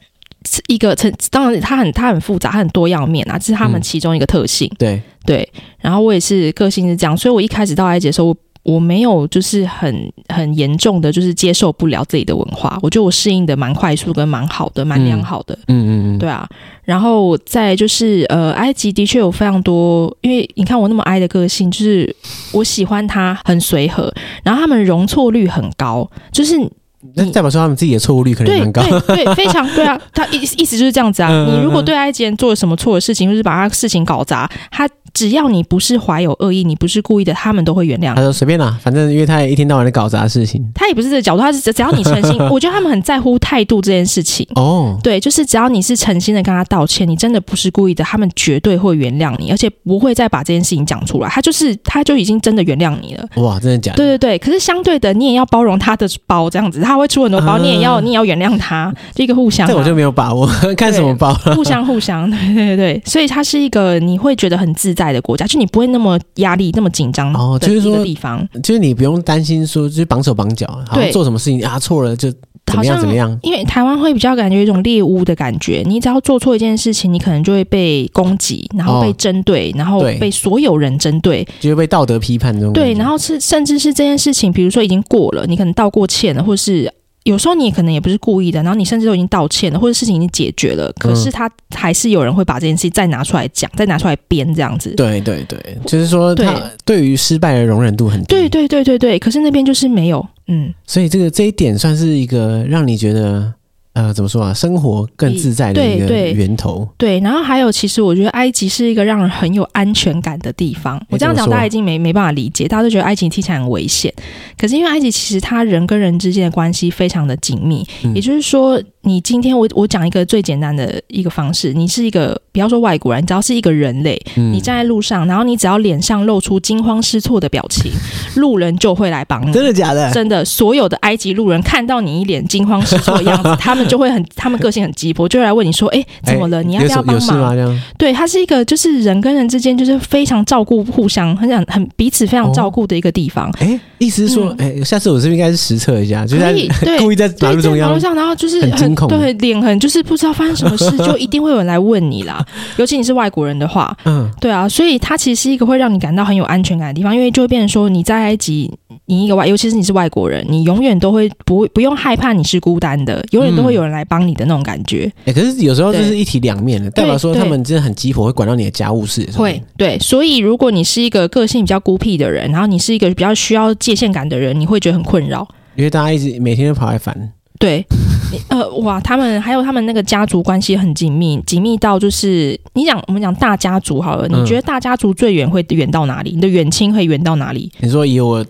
Speaker 2: 是一个层，当然它很它很复杂，它很多样面啊，这是他们
Speaker 1: 嗯
Speaker 2: 其中一个特性。
Speaker 1: 对，
Speaker 2: 对，然后我也是个性是这样，所以我一开始到埃及的时候，我我没有就是很很严重的，就是接受不了自己的文化。我觉得我适应的蛮快速跟蛮好的，蛮良好的。
Speaker 1: 嗯嗯嗯，
Speaker 2: 对啊，然后再就是呃，埃及的确有非常多，因为你看我那么哀的个性，就是我喜欢它很随和，然后他们容错率很高，就是
Speaker 1: 那代表说他们自己的错误率可能
Speaker 2: 对
Speaker 1: 蛮高。
Speaker 2: 对对，非常对啊，他意意思就是这样子啊。
Speaker 1: 嗯
Speaker 2: 你如果对埃及人做了什么错的事情，就是把他事情搞砸，他只要你不是怀有恶意，你不是故意的，他们都会原谅
Speaker 1: 他
Speaker 2: 你。
Speaker 1: 说随便啦，反正因为他也一天到晚在搞砸事情。
Speaker 2: 他也不是这个角度，他是只只要你诚 心，我觉得他们很在乎态度这件事情。
Speaker 1: 哦，
Speaker 2: 对，就是只要你是诚心的跟他道歉，你真的不是故意的，他们绝对会原谅你，而且不会再把这件事情讲出来。他就是他就已经真的原谅你了。
Speaker 1: 哇，真的假的？
Speaker 2: 对对对，可是相对的，你也要包容他的包，这样子他会出很多包，
Speaker 1: 啊
Speaker 2: 你也要你也要原谅他，就一个互相、啊。
Speaker 1: 这我就没有把握， 看什么包了。
Speaker 2: 互相互相，对对对，所以它是一个你会觉得很自在的国家，就你不会那么压力、那么紧张
Speaker 1: 哦
Speaker 2: 的
Speaker 1: 就是
Speaker 2: 一
Speaker 1: 说
Speaker 2: 个地方，
Speaker 1: 就是你不用担心说，就是绑手绑脚，好像
Speaker 2: 对
Speaker 1: 做什么事情啊错了就怎
Speaker 2: 好
Speaker 1: 么样
Speaker 2: 像
Speaker 1: 怎么样。
Speaker 2: 因为台湾会比较感觉有一种猎巫的感觉，你只要做错一件事情，你可能就会被攻击，然后
Speaker 1: 哦
Speaker 2: 被针对，然后
Speaker 1: 对嗯
Speaker 2: 被所有人针对，
Speaker 1: 就会被道德批判这种感觉。
Speaker 2: 对，然后是甚至是这件事情，比如说已经过了，你可能道过歉了，或者是。有时候你可能也不是故意的，然后你甚至都已经道歉了，或者事情已经解决了，可
Speaker 1: 嗯
Speaker 2: 是他还是有人会把这件事情再拿出来讲，再拿出来编这样子。
Speaker 1: 对对对，就是说他对于失败的容忍度很低，
Speaker 2: 对对对对对，可是那边就是没有，嗯，
Speaker 1: 所以这个这一点算是一个让你觉得呃怎么说啊，生活更自在的一个
Speaker 2: 对对
Speaker 1: 源头。
Speaker 2: 对。然后还有，其实我觉得埃及是一个让人很有安全感的地方。我这样
Speaker 1: 怎
Speaker 2: 讲，
Speaker 1: 么说
Speaker 2: 大家已经没没办法理解，大家都觉得埃及听起来很危险。可是因为埃及其实它人跟人之间的关系非常的紧密，
Speaker 1: 嗯
Speaker 2: 也就是说，你今天我我讲一个最简单的一个方式，你是一个不要说外国人，你只要是一个人类，
Speaker 1: 嗯
Speaker 2: 你站在路上，然后你只要脸上露出惊慌失措的表情，路人就会来帮你。
Speaker 1: 真的假的？
Speaker 2: 真的，所有的埃及路人看到你一脸惊慌失措的样 子，他们就会很，他们个性很急迫，就会来问你说：“哎、
Speaker 1: 哎
Speaker 2: 怎么了？你要
Speaker 1: 有
Speaker 2: 不
Speaker 1: 什
Speaker 2: 要
Speaker 1: 么有
Speaker 2: 帮
Speaker 1: 事吗？
Speaker 2: 忙
Speaker 1: 这样？”
Speaker 2: 对，它是一个就是人跟人之间就是非常照顾互相，很想很彼此非常照顾的一个地方。
Speaker 1: 哎、意思是说，哎、下次我是不是应该是实测一下？就在
Speaker 2: 嗯可以 对
Speaker 1: 故意在马
Speaker 2: 对，
Speaker 1: 路
Speaker 2: 在
Speaker 1: 中
Speaker 2: 马
Speaker 1: 央
Speaker 2: 路，上，然后就是
Speaker 1: 很惊恐
Speaker 2: 对脸很就是不知道发生什 么事，就一定会有人来问你啦。尤其你是外国人的话，
Speaker 1: 嗯，
Speaker 2: 对啊，所以它其实是一个会让你感到很有安全感的地方，因为就会变成说你在埃及，你一个外，尤其是你是外国人，你永远都会不不用害怕你是孤单的，永远都会有人来帮你的那种感觉。
Speaker 1: 哎、可是有时候就是一体两面的，代表说
Speaker 2: 对
Speaker 1: 他们真的很急迫，会管到你的家务事上面。
Speaker 2: 会对，所以如果你是一个个性比较孤僻的人，然后你是一个比较需要界限感的人，你会觉得很困扰。
Speaker 1: 因为大家一直每天都跑来烦。
Speaker 2: 对， 你呃，哇，他们还有他们那个家族关系很紧密，紧密到就是你讲我们讲大家族好了，
Speaker 1: 嗯
Speaker 2: 你觉得大家族最远会远到哪里？你的远亲会远到哪里？
Speaker 1: 你说以我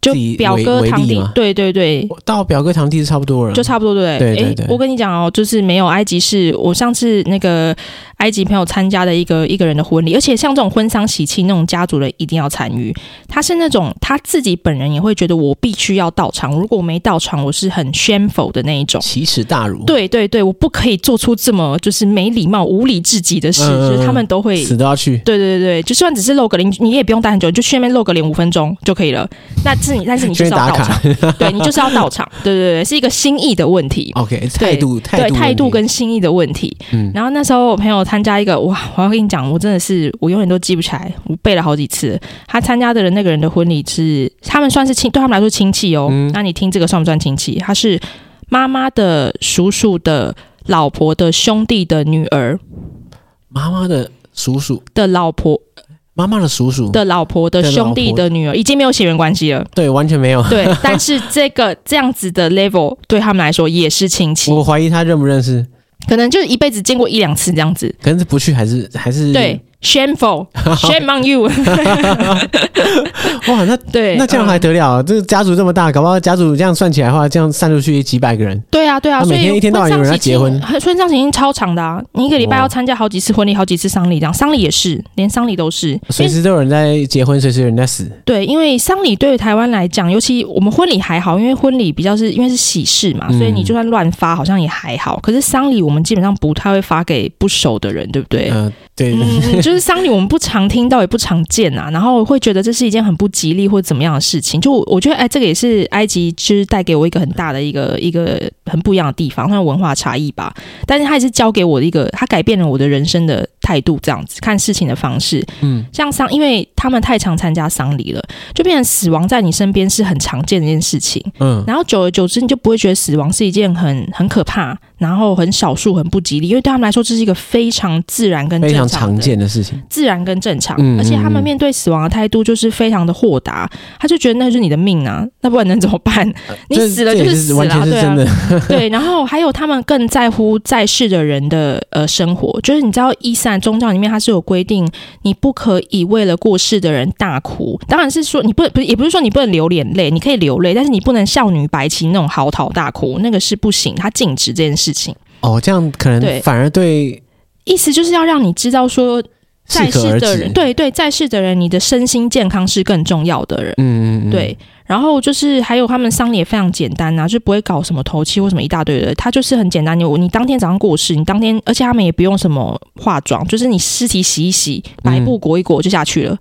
Speaker 2: 就
Speaker 1: 自己
Speaker 2: 表
Speaker 1: 为
Speaker 2: 哥
Speaker 1: 为
Speaker 2: 堂
Speaker 1: 例
Speaker 2: 弟
Speaker 1: 嘛，
Speaker 2: 对对对，
Speaker 1: 我到表哥堂弟是差不多了，
Speaker 2: 就差不多对
Speaker 1: 嗯
Speaker 2: 不
Speaker 1: 对对
Speaker 2: 诶
Speaker 1: 对
Speaker 2: 我跟你讲哦，就是没有埃及是我上次那个埃及朋友参加的一个一个人的婚礼，而且像这种婚丧喜庆那种家族的一定要参与。他是那种他自己本人也会觉得我必须要到场，如果我没到场，我是很 shameful 的那一种。
Speaker 1: 奇耻大辱，，
Speaker 2: 对对对，我不可以做出这么就是没礼貌、无理至极的事，
Speaker 1: 嗯
Speaker 2: 就是他们都会。
Speaker 1: 死都要去。
Speaker 2: 对对对，就算只是露个脸，你也不用待很久，你就去那边露个脸五分钟就可以了。那是你，但是你就是
Speaker 1: 去
Speaker 2: 要
Speaker 1: 打
Speaker 2: 到
Speaker 1: 卡
Speaker 2: 场， 对你就是要到场，对对对，是一个心意的问题。
Speaker 1: OK，态度态
Speaker 2: 对
Speaker 1: 度
Speaker 2: 态度
Speaker 1: 问题
Speaker 2: 跟心意的问题。
Speaker 1: 嗯
Speaker 2: 然后那时候我朋友参加一个，哇，我要跟你讲，我真的是我永远都记不起来，我背了好几次了。他参加的人那个人的婚礼是，他们算是亲，对他们来说亲戚哦。
Speaker 1: 嗯
Speaker 2: 那你听这个算不算亲戚？他是妈妈的叔叔的老婆的兄弟的女儿
Speaker 1: 妈妈的叔叔，
Speaker 2: 的老婆
Speaker 1: 妈妈的叔叔，
Speaker 2: 的老婆的
Speaker 1: 的老
Speaker 2: 兄弟
Speaker 1: 婆
Speaker 2: 的女儿，已经没有血缘关系了。
Speaker 1: 对，完全没有。
Speaker 2: 对，但是这个这样子的 level 对他们来说也是亲戚，
Speaker 1: 我怀疑他认不认识，
Speaker 2: 可能就是一辈子见过一两次这样子。
Speaker 1: 可是不去还是还是
Speaker 2: 对。，shameful shame on you 。
Speaker 1: 哇，那
Speaker 2: 对，
Speaker 1: 那这样还
Speaker 2: 嗯
Speaker 1: 得了？这个家族这么大，搞不好家族这样算起来的话，这样散出去几百个人，
Speaker 2: 对啊，对啊，
Speaker 1: 他
Speaker 2: 所
Speaker 1: 每
Speaker 2: 以
Speaker 1: 天一天到晚有人要结婚哦
Speaker 2: 婚丧喜庆，呃婚丧喜庆超长的啊！你一个礼拜
Speaker 1: 哇
Speaker 2: 要参加好几次婚礼，好几次丧礼，这样丧礼也是，连丧礼都是。因
Speaker 1: 随
Speaker 2: 为
Speaker 1: 时都有人在结婚，随时有人在死。
Speaker 2: 对，因为丧礼对于台湾来讲，尤其我们婚礼还好，因为婚礼比较是因为是喜事嘛，
Speaker 1: 嗯
Speaker 2: 所以你就算乱发好像也还好。可是丧礼我们基本上不太会发给不熟的人，对不对？
Speaker 1: 嗯、对，
Speaker 2: 嗯，就是丧礼我们不常听到，也不常见啊，然后会觉得这是一件很不吉利或怎么样的事情。就我我觉得，哎，这个也是埃及就是带给我一个很大的一个一个很不一样的地方，算文化差异吧。但是它也是教给我的一个，它改变了我的人生的态度，这样子看事情的方式。
Speaker 1: 嗯，
Speaker 2: 像丧，因为他们太常参加丧礼了，就变成死亡在你身边是很常见的一件事情。
Speaker 1: 嗯，
Speaker 2: 然后久而久之，你就不会觉得死亡是一件很很可怕，然后很少数、很不吉利，因为对他们来说这是一个非常自然跟
Speaker 1: 非常
Speaker 2: 正常
Speaker 1: 常
Speaker 2: 的
Speaker 1: 见的事情。
Speaker 2: 自然跟正常，
Speaker 1: 嗯
Speaker 2: 而且他
Speaker 1: 嗯嗯
Speaker 2: 们面对死亡的态度就是非常的豁达，他就觉得那就是你的命啊，那不然能怎么办？
Speaker 1: 呃
Speaker 2: 你
Speaker 1: 这
Speaker 2: 死了
Speaker 1: 这
Speaker 2: 就
Speaker 1: 也
Speaker 2: 死
Speaker 1: 是
Speaker 2: 了啊、
Speaker 1: 完全是
Speaker 2: 对
Speaker 1: 真的
Speaker 2: 啊，， 对。然后还有他们更在乎在世的人的呃生活，就是你知道伊斯兰宗教里面它是有规定，你不可以为了过世的人大哭，当然是说你不不也不是说你不能流眼泪，你可以流泪，但是你不能少女白旗那种嚎啕大哭，那个是不行，它禁止这件事情。
Speaker 1: 哦，这样可能
Speaker 2: 对
Speaker 1: 反而对
Speaker 2: 意思就是要让你知道说，在
Speaker 1: 适可
Speaker 2: 世
Speaker 1: 而
Speaker 2: 的
Speaker 1: 止
Speaker 2: 人，。对对，在世的人，你的身心健康是更重要的人。
Speaker 1: 嗯，嗯嗯，
Speaker 2: 对，然后就是还有他们丧礼也非常简单啊，就不会搞什么头七或什么一大堆的，他就是很简单，你你当天早上过世，你当天，而且他们也不用什么化妆，就是你尸体洗一洗，
Speaker 1: 嗯
Speaker 2: 白布裹一裹就下去了。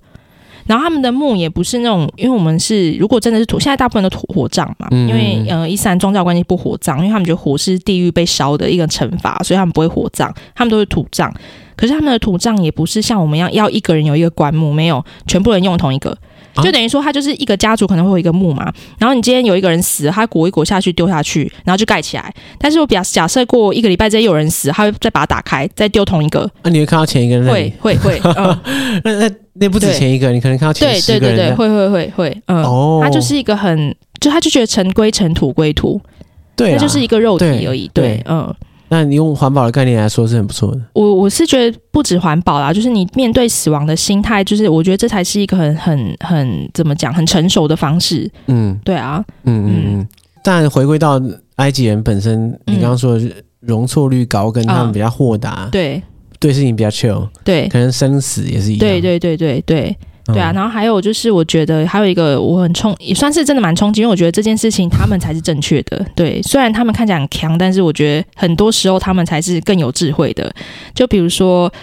Speaker 2: 然后他们的墓也不是那种，因为我们是如果真的是土，现在大部分都土火葬嘛，
Speaker 1: 嗯
Speaker 2: 因为
Speaker 1: 嗯
Speaker 2: 呃伊斯兰宗教关系不火葬，因为他们觉得火是地狱被烧的一个惩罚，所以他们不会火葬，他们都是土葬。可是他们的土葬也不是像我们一样要一个人有一个棺木，没有全部人用同一个，
Speaker 1: 啊
Speaker 2: 就等于说他就是一个家族可能会有一个墓嘛，然后你今天有一个人死，他裹一裹下去丢下去，然后就盖起来。但是我假假设过一个礼拜之后有人死，他会再把它打开，再丢同一个，
Speaker 1: 啊那、你会看到前一个人在
Speaker 2: 会
Speaker 1: 里，
Speaker 2: 会会， 嗯，
Speaker 1: 那那那不止
Speaker 2: 对
Speaker 1: 前一个，你可能看到前
Speaker 2: 对
Speaker 1: 十
Speaker 2: 对
Speaker 1: 个
Speaker 2: 对
Speaker 1: 人
Speaker 2: 对，
Speaker 1: 在。
Speaker 2: 会会会会，嗯，
Speaker 1: 哦，
Speaker 2: 他就是一个很，就他就觉得尘归尘，土归土，
Speaker 1: 对
Speaker 2: 他
Speaker 1: 啦，
Speaker 2: 就是一个肉体而已，
Speaker 1: 对
Speaker 2: 对，
Speaker 1: 对
Speaker 2: 嗯。
Speaker 1: 那你用环保的概念来说是很不错的。
Speaker 2: 我我是觉得不止环保啦，就是你面对死亡的心态，就是我觉得这才是一个很很很怎么讲，很成熟的方式。
Speaker 1: 嗯
Speaker 2: 对啊，
Speaker 1: 嗯嗯嗯。但回归到埃及人本身，你刚刚说的容错率高，跟他们
Speaker 2: 嗯
Speaker 1: 比较豁达，
Speaker 2: 对
Speaker 1: 对事情比较 chill，
Speaker 2: 对
Speaker 1: 可啊能生死也是一样。
Speaker 2: 对对对对对
Speaker 1: 嗯
Speaker 2: 对啊！然后还有就是，我觉得还有一个我很冲，也算是真的蛮冲击，因为我觉得这件事情他们才是正确的。对，虽然他们看起来很强，但是我觉得很多时候他们才是更有智慧的。就比如说。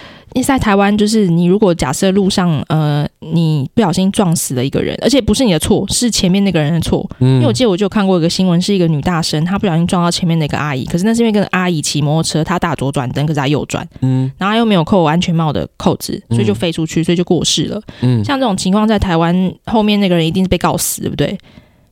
Speaker 2: 在台湾，就是你如果假设路上呃你不小心撞死了一个人，而且不是你的错，是前面那个人的错。
Speaker 1: 嗯
Speaker 2: 因为我记得我就有看过一个新闻，是一个女大生，她不小心撞到前面的一个阿姨，可是那是因为跟阿姨骑摩托车，她大左转灯，可是她右转，
Speaker 1: 嗯
Speaker 2: 然后她又没有扣我安全帽的扣子，所以就飞出去，所以就过世了。
Speaker 1: 嗯，
Speaker 2: 像这种情况，在台湾后面那个人一定是被告死，对不对？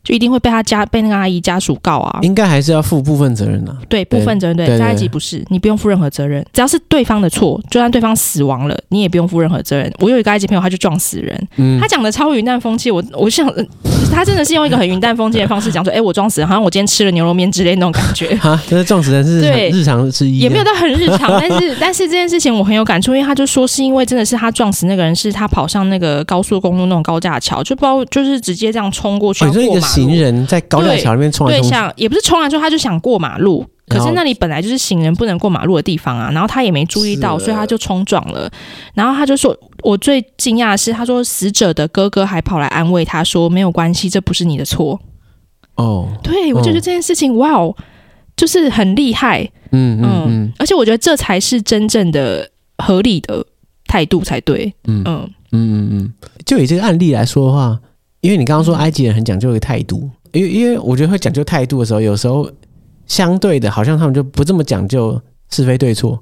Speaker 2: 就一定会被他家被那个阿姨家属告啊。
Speaker 1: 应该还是要负部分责任啊嗯的、
Speaker 2: 对，部分责任对，
Speaker 1: 对对
Speaker 2: 在埃及不是，你不用负任何责任，只要是对方的错，就算对方死亡了，你也不用负任何责任。我有一个埃及朋友，他就撞死人，
Speaker 1: 嗯。
Speaker 2: 他，讲的超云淡风轻，我我想、 呃他真的是用一个很云淡风轻的方式讲说，哎、我撞死人，好像我今天吃了牛肉面之类那种感觉
Speaker 1: 哈，这是撞死人是
Speaker 2: 对
Speaker 1: 很日常之一啊，
Speaker 2: 也没有到很日 常，但是但是这件事情我很有感触，因为他就说是因为真的是他撞死那个人，是他跑上那个高速公路那种高架桥，就包就是直接这样冲过去，
Speaker 1: 哦，
Speaker 2: 要
Speaker 1: 你说一
Speaker 2: 过
Speaker 1: 个
Speaker 2: 马路
Speaker 1: 行。人在高架桥里面冲来
Speaker 2: 对
Speaker 1: 冲去，
Speaker 2: 象也不是冲来冲，他就想过马路，可
Speaker 1: 然后
Speaker 2: 是那里本来就是行人不能过马路的地方啊，然后他也没注意到，
Speaker 1: 是
Speaker 2: 所以他就冲撞了。然后他就说，我最惊讶的是，他说死者的哥哥还跑来安慰他说，没有关系，这不是你的错。
Speaker 1: 嗯哦，
Speaker 2: 对我
Speaker 1: 嗯
Speaker 2: 就觉得这件事情，哇哦，就是很厉害，
Speaker 1: 嗯嗯
Speaker 2: 嗯
Speaker 1: 嗯，
Speaker 2: 而且我觉得这才是真正的合理的态度才对，
Speaker 1: 嗯
Speaker 2: 嗯。
Speaker 1: 嗯嗯嗯，就以这个案例来说的话，因为你刚刚说埃及人很讲究一个态度，因为因为我觉得会讲究态度的时候，有时候相对的，好像他们就不这么讲究是非对错，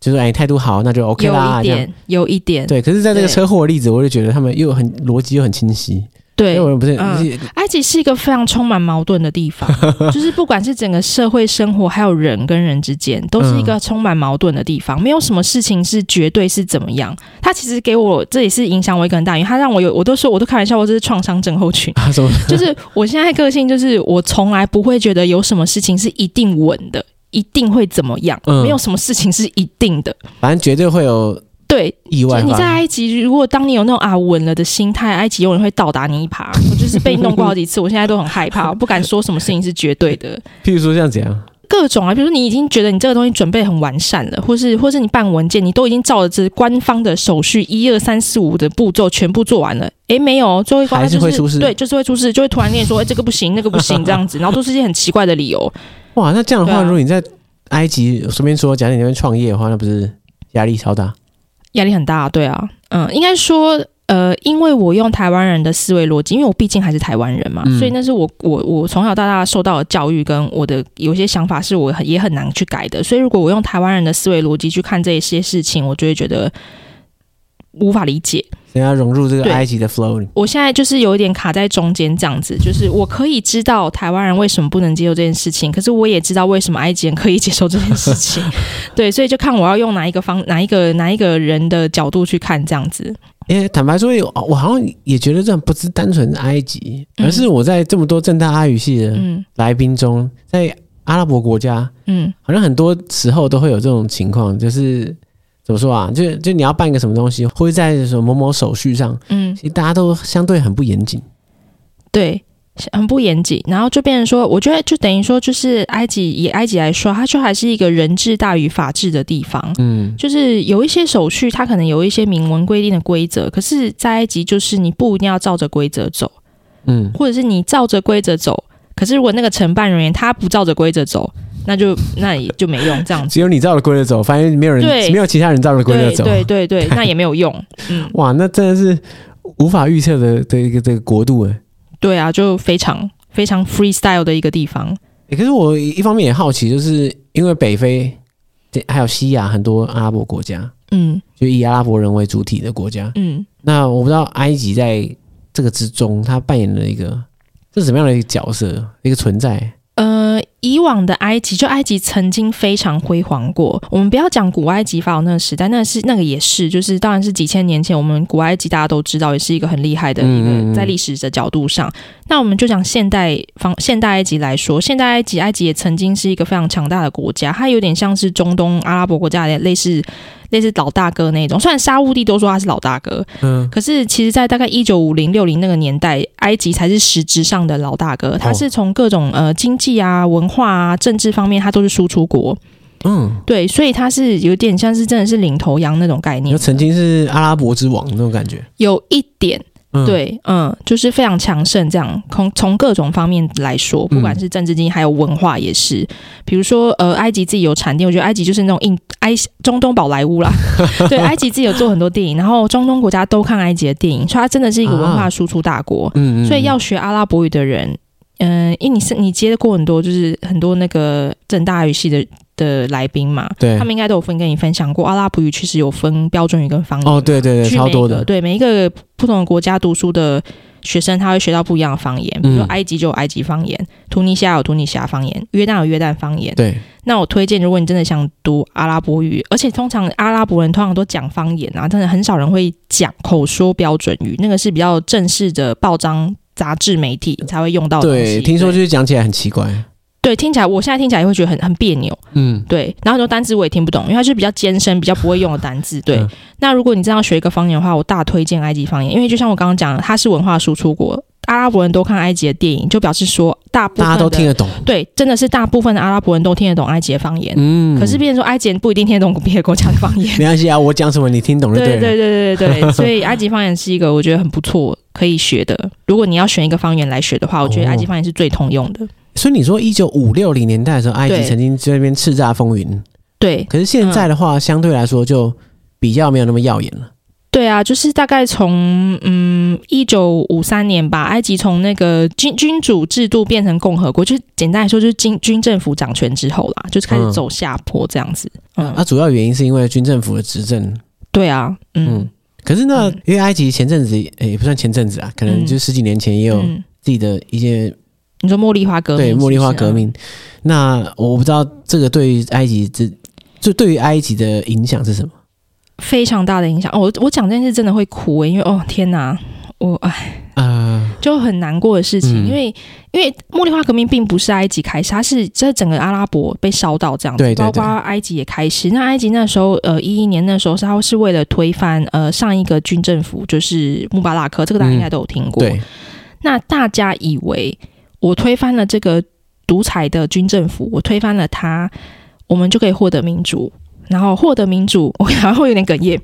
Speaker 1: 就是哎态度好那就 OK
Speaker 2: 有
Speaker 1: 啦，
Speaker 2: 一
Speaker 1: 这样
Speaker 2: 点，有一点，
Speaker 1: 对。可是，在这个
Speaker 2: 对
Speaker 1: 车祸的例子，我就觉得他们又很逻辑又很清晰，因
Speaker 2: 对
Speaker 1: 为，我不是、
Speaker 2: 嗯
Speaker 1: 不是。
Speaker 2: 埃及是一个非常充满矛盾的地方，就是不管是整个社会生活，还有人跟人之间，都是一个充满矛盾的地方。没有什么事情是绝对是怎么样。它其实给我，这也是影响我一个很大原因。它让我有，我都说，我都开玩笑，我这是创伤症候群
Speaker 1: 啊什么
Speaker 2: 就是我现在个性，就是我从来不会觉得有什么事情是一定稳的，一定会怎么样，
Speaker 1: 嗯
Speaker 2: 没有什么事情是一定的。
Speaker 1: 反正绝对会有
Speaker 2: 对，
Speaker 1: 意
Speaker 2: 就
Speaker 1: 外
Speaker 2: 是你
Speaker 1: 发
Speaker 2: 在
Speaker 1: 生。
Speaker 2: 埃及，如果当你有那种啊稳了的心态，埃及永远会倒打你一耙。我就是被弄过好几次，我现在都很害怕，我不敢说什么事情是绝对的。
Speaker 1: 譬如说像怎样，
Speaker 2: 各种啊，比如说你已经觉得你这个东西准备很完善了，或是或是你办文件，你都已经照着这官方的手续一二三四五的步骤全部做完了，诶，没有，哦最后一关
Speaker 1: 还是
Speaker 2: 它就
Speaker 1: 会出事
Speaker 2: 对，就是会出事，就会突然跟你说，诶，这个不行，那个不行，这样子，然后都是一些很奇怪的理由，
Speaker 1: 哇，那这样的话，
Speaker 2: 对啊
Speaker 1: 如果你在埃及随便说，假如你那边创业的话，那不是压力超大？
Speaker 2: 压力很大，对啊，嗯，应该说。呃，因为我用台湾人的思维逻辑，因为我毕竟还是台湾人嘛，
Speaker 1: 嗯
Speaker 2: 所以那是我我我从小到大受到的教育，跟我的有些想法是我很也很难去改的。所以如果我用台湾人的思维逻辑去看这些事情，我就会觉得无法理解。
Speaker 1: 人家融入这个
Speaker 2: 对
Speaker 1: 埃及的 flow 里。
Speaker 2: 我现在就是有一点卡在中间这样子，就是我可以知道台湾人为什么不能接受这件事情，可是我也知道为什么埃及人可以接受这件事情。对，所以就看我要用哪一个方、哪一个哪一个人的角度去看这样子。
Speaker 1: 因为坦白说，有我好像也觉得这样不是单纯埃及，
Speaker 2: 嗯
Speaker 1: 而是我在这么多正大阿语系的
Speaker 2: 嗯
Speaker 1: 来宾中，在阿拉伯国家，
Speaker 2: 嗯
Speaker 1: 好像很多时候都会有这种情况，就是怎么说啊？就就你要办一个什么东西，或者在什么某某手续上，
Speaker 2: 嗯，
Speaker 1: 其实大家都相对很不严谨。
Speaker 2: 对，很不严谨。然后就变成说，我觉得就等于说，就是埃及以埃及来说，它就还是一个人治大于法治的地方。
Speaker 1: 嗯
Speaker 2: 就是有一些手续，它可能有一些明文规定的规则，可是，在埃及就是你不一定要照着规则走。
Speaker 1: 嗯，
Speaker 2: 或者是你照着规则走，可是如果那个承办人员他不照着规则走，那就那也就没用 这样子。
Speaker 1: 只有你照着规则走，发现没有人，
Speaker 2: 对
Speaker 1: 没有其他人照着规则
Speaker 2: 对
Speaker 1: 走。
Speaker 2: 对对对，那也没有用。嗯，
Speaker 1: 哇，那真的是无法预测的的一个这个国度哎、
Speaker 2: 对啊，就非常非常 freestyle 的一个地方。
Speaker 1: 欸可是我一方面也好奇，就是因为北非这还有西亚很多阿拉伯国家，
Speaker 2: 嗯
Speaker 1: 就以阿拉伯人为主体的国家，
Speaker 2: 嗯，
Speaker 1: 那我不知道埃及在这个之中，它扮演了一个这是什么样的一个角色，一个存在？
Speaker 2: 呃，以往的埃及，就埃及曾经非常辉煌过。我们不要讲古埃及法老那个时代，那是那个也是，就是当然是几千年前，我们古埃及大家都知道，也是一个很厉害的一
Speaker 1: 嗯嗯
Speaker 2: 个
Speaker 1: 嗯
Speaker 2: 在历史的角度上。那我们就讲现代方现代埃及来说，现代埃及埃及也曾经是一个非常强大的国家，它有点像是中东阿拉伯国家的类似类似老大哥那种。虽然沙乌地都说他是老大哥，
Speaker 1: 嗯，
Speaker 2: 可是，其实，在大概一九五零六零那个年代，埃及才是实质上的老大哥。他是从各种呃经济啊、文化啊、政治方面，他都是输出国。
Speaker 1: 嗯，
Speaker 2: 对，所以他是有点像是真的是领头羊那种概
Speaker 1: 你
Speaker 2: 念
Speaker 1: 说，曾经是阿拉伯之王那种感觉，
Speaker 2: 有一点。
Speaker 1: 嗯，
Speaker 2: 对，嗯，就是非常强盛，这样从从各种方面来说，不管是政治经济还有文化也是。比如说，呃，埃及自己有产电，我觉得埃及就是那种印埃中东宝莱坞啦，对，埃及自己有做很多电影，然后中东国家都看埃及的电影，所以它真的是一个文化输出大国。
Speaker 1: 嗯，嗯，
Speaker 2: 所以要学阿拉伯语的人，嗯、因为你是你接过很多就是很多那个正大语系的的来宾嘛，
Speaker 1: 对
Speaker 2: 他们应该都有分跟你分享过，阿拉伯语其实有分标准语跟方言
Speaker 1: 哦，对对对，
Speaker 2: 去
Speaker 1: 超
Speaker 2: 每
Speaker 1: 多
Speaker 2: 个
Speaker 1: 的，
Speaker 2: 对每一个不同的国家读书的学生，他会学到不一样的方言。比如说
Speaker 1: 嗯
Speaker 2: 埃及就有埃及方言，突尼西亚有突尼西亚方言，约旦有约旦方言。
Speaker 1: 对，
Speaker 2: 那我推荐，如果你真的想读阿拉伯语，而且通常阿拉伯人通常都讲方言啊，真的很少人会讲口说标准语，那个是比较正式的报章。杂志媒体才会用到哦的东西
Speaker 1: 对，听说就
Speaker 2: 对
Speaker 1: 是讲起来很奇怪，
Speaker 2: 对，听起来我现在听起来也会觉得很很别扭，
Speaker 1: 嗯，
Speaker 2: 对。然后很多单字我也听不懂，因为它是比较艰深、比较不会用的单字。对，
Speaker 1: 嗯
Speaker 2: 那如果你真的要学一个方言的话，我大推荐埃及方言，因为就像我刚刚讲，它是文化输出国，阿拉伯人都看埃及的电影，就表示说大部分
Speaker 1: 大家都
Speaker 2: 的嗯
Speaker 1: 听得懂，
Speaker 2: 对，真的是大部分的阿拉伯人都听得懂埃及的方言。
Speaker 1: 嗯，
Speaker 2: 可是变成说埃及人不一定听得懂别的国家的 方 言。
Speaker 1: 没关系啊，我讲什么你听懂就
Speaker 2: 对
Speaker 1: 了，
Speaker 2: 对对对 对，所以埃及方言是一个我觉得很不错可以学的。如果你要选一个方言来学的话，我觉
Speaker 1: 哦
Speaker 2: 得埃及方言是最通用的。
Speaker 1: 所以你说一九五六零年代的时候，埃及
Speaker 2: 对
Speaker 1: 曾经这边叱咤风云，
Speaker 2: 对
Speaker 1: 可是现在的话，相对来说就比较没有那么耀眼了，
Speaker 2: 对啊，就是大概从嗯一九五三年吧，埃及从那个君君主制度变成共和国，就是简单来说就是军军政府掌权之后啦，就是开
Speaker 1: 嗯
Speaker 2: 始走下坡这样子。嗯，
Speaker 1: 啊，主要原因是因为军政府的执政，
Speaker 2: 对啊，
Speaker 1: 嗯
Speaker 2: 嗯，
Speaker 1: 可是呢，
Speaker 2: 嗯
Speaker 1: 因为埃及前阵子诶也不算前阵子啊，可能
Speaker 2: 嗯
Speaker 1: 就十几年前也有
Speaker 2: 嗯
Speaker 1: 自己的一些、
Speaker 2: 你说茉莉花革命
Speaker 1: 对
Speaker 2: 是
Speaker 1: 茉
Speaker 2: 不是，啊
Speaker 1: 莉花革
Speaker 2: 嗯
Speaker 1: 命。那我不知道这个对于埃及这就对于埃及的影响是什么？
Speaker 2: 非常大的影响。哦，我我讲这件事真的会哭、欸，因为哦天哪，我哎
Speaker 1: 呃，
Speaker 2: 就很难过的事情，
Speaker 1: 嗯
Speaker 2: 因为因为茉莉花革命并不是埃及开始，它是这整个阿拉伯被烧到这样子，
Speaker 1: 对对对
Speaker 2: 包括埃及也开始。那埃及那时候呃一一年那时候是它是为了推翻呃上一个军政府，就是穆巴拉克，这个大家应该都有听过。
Speaker 1: 嗯对，
Speaker 2: 那大家以为我推翻了这个独裁的军政府，我推翻了他，我们就可以获得民主。然后获得民主，我好像会有点哽咽。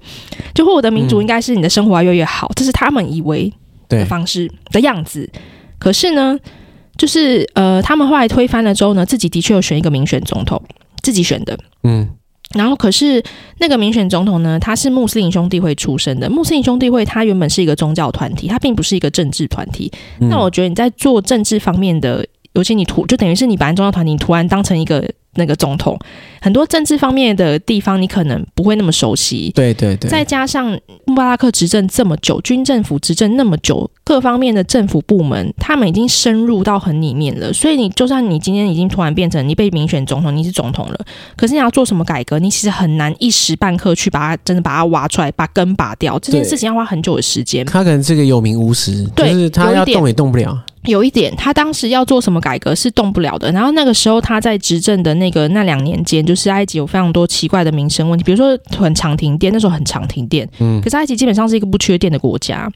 Speaker 2: 就获得民主，
Speaker 1: 嗯
Speaker 2: 应该是你的生活越来越好，这是他们以为的
Speaker 1: 对，
Speaker 2: 方式的样子。可是呢，就是呃，他们后来推翻了之后呢，自己的确有选一个民选总统，自己选的。
Speaker 1: 嗯，
Speaker 2: 然后，可是那个民选总统呢，他是穆斯林兄弟会出身的。穆斯林兄弟会他原本是一个宗教团体，他并不是一个政治团体。
Speaker 1: 嗯
Speaker 2: 那我觉得你在做政治方面的，尤其你突就等于是你把宗教团体突然当成一个那个总统，很多政治方面的地方你可能不会那么熟悉。
Speaker 1: 对对对，
Speaker 2: 再加上穆巴拉克执政这么久，军政府执政那么久，各方面的政府部门他们已经深入到很里面了。所以你就算你今天已经突然变成你被民选总统，你是总统了，可是你要做什么改革，你其实很难一时半刻去把它真的把它挖出来，把根拔掉。这件
Speaker 1: 对
Speaker 2: 事情要花很久的时间。
Speaker 1: 他可能是个有名无实，就
Speaker 2: 对
Speaker 1: 是他
Speaker 2: 有一
Speaker 1: 要
Speaker 2: 点
Speaker 1: 动也动不了。
Speaker 2: 有一点，他当时要做什么改革是动不了的。然后那个时候他在执政的那个那两年间，就是埃及有非常多奇怪的民生问题，比如说很常停电，那时候很常停电。
Speaker 1: 嗯
Speaker 2: 可是埃及基本上是一个不缺电的国家。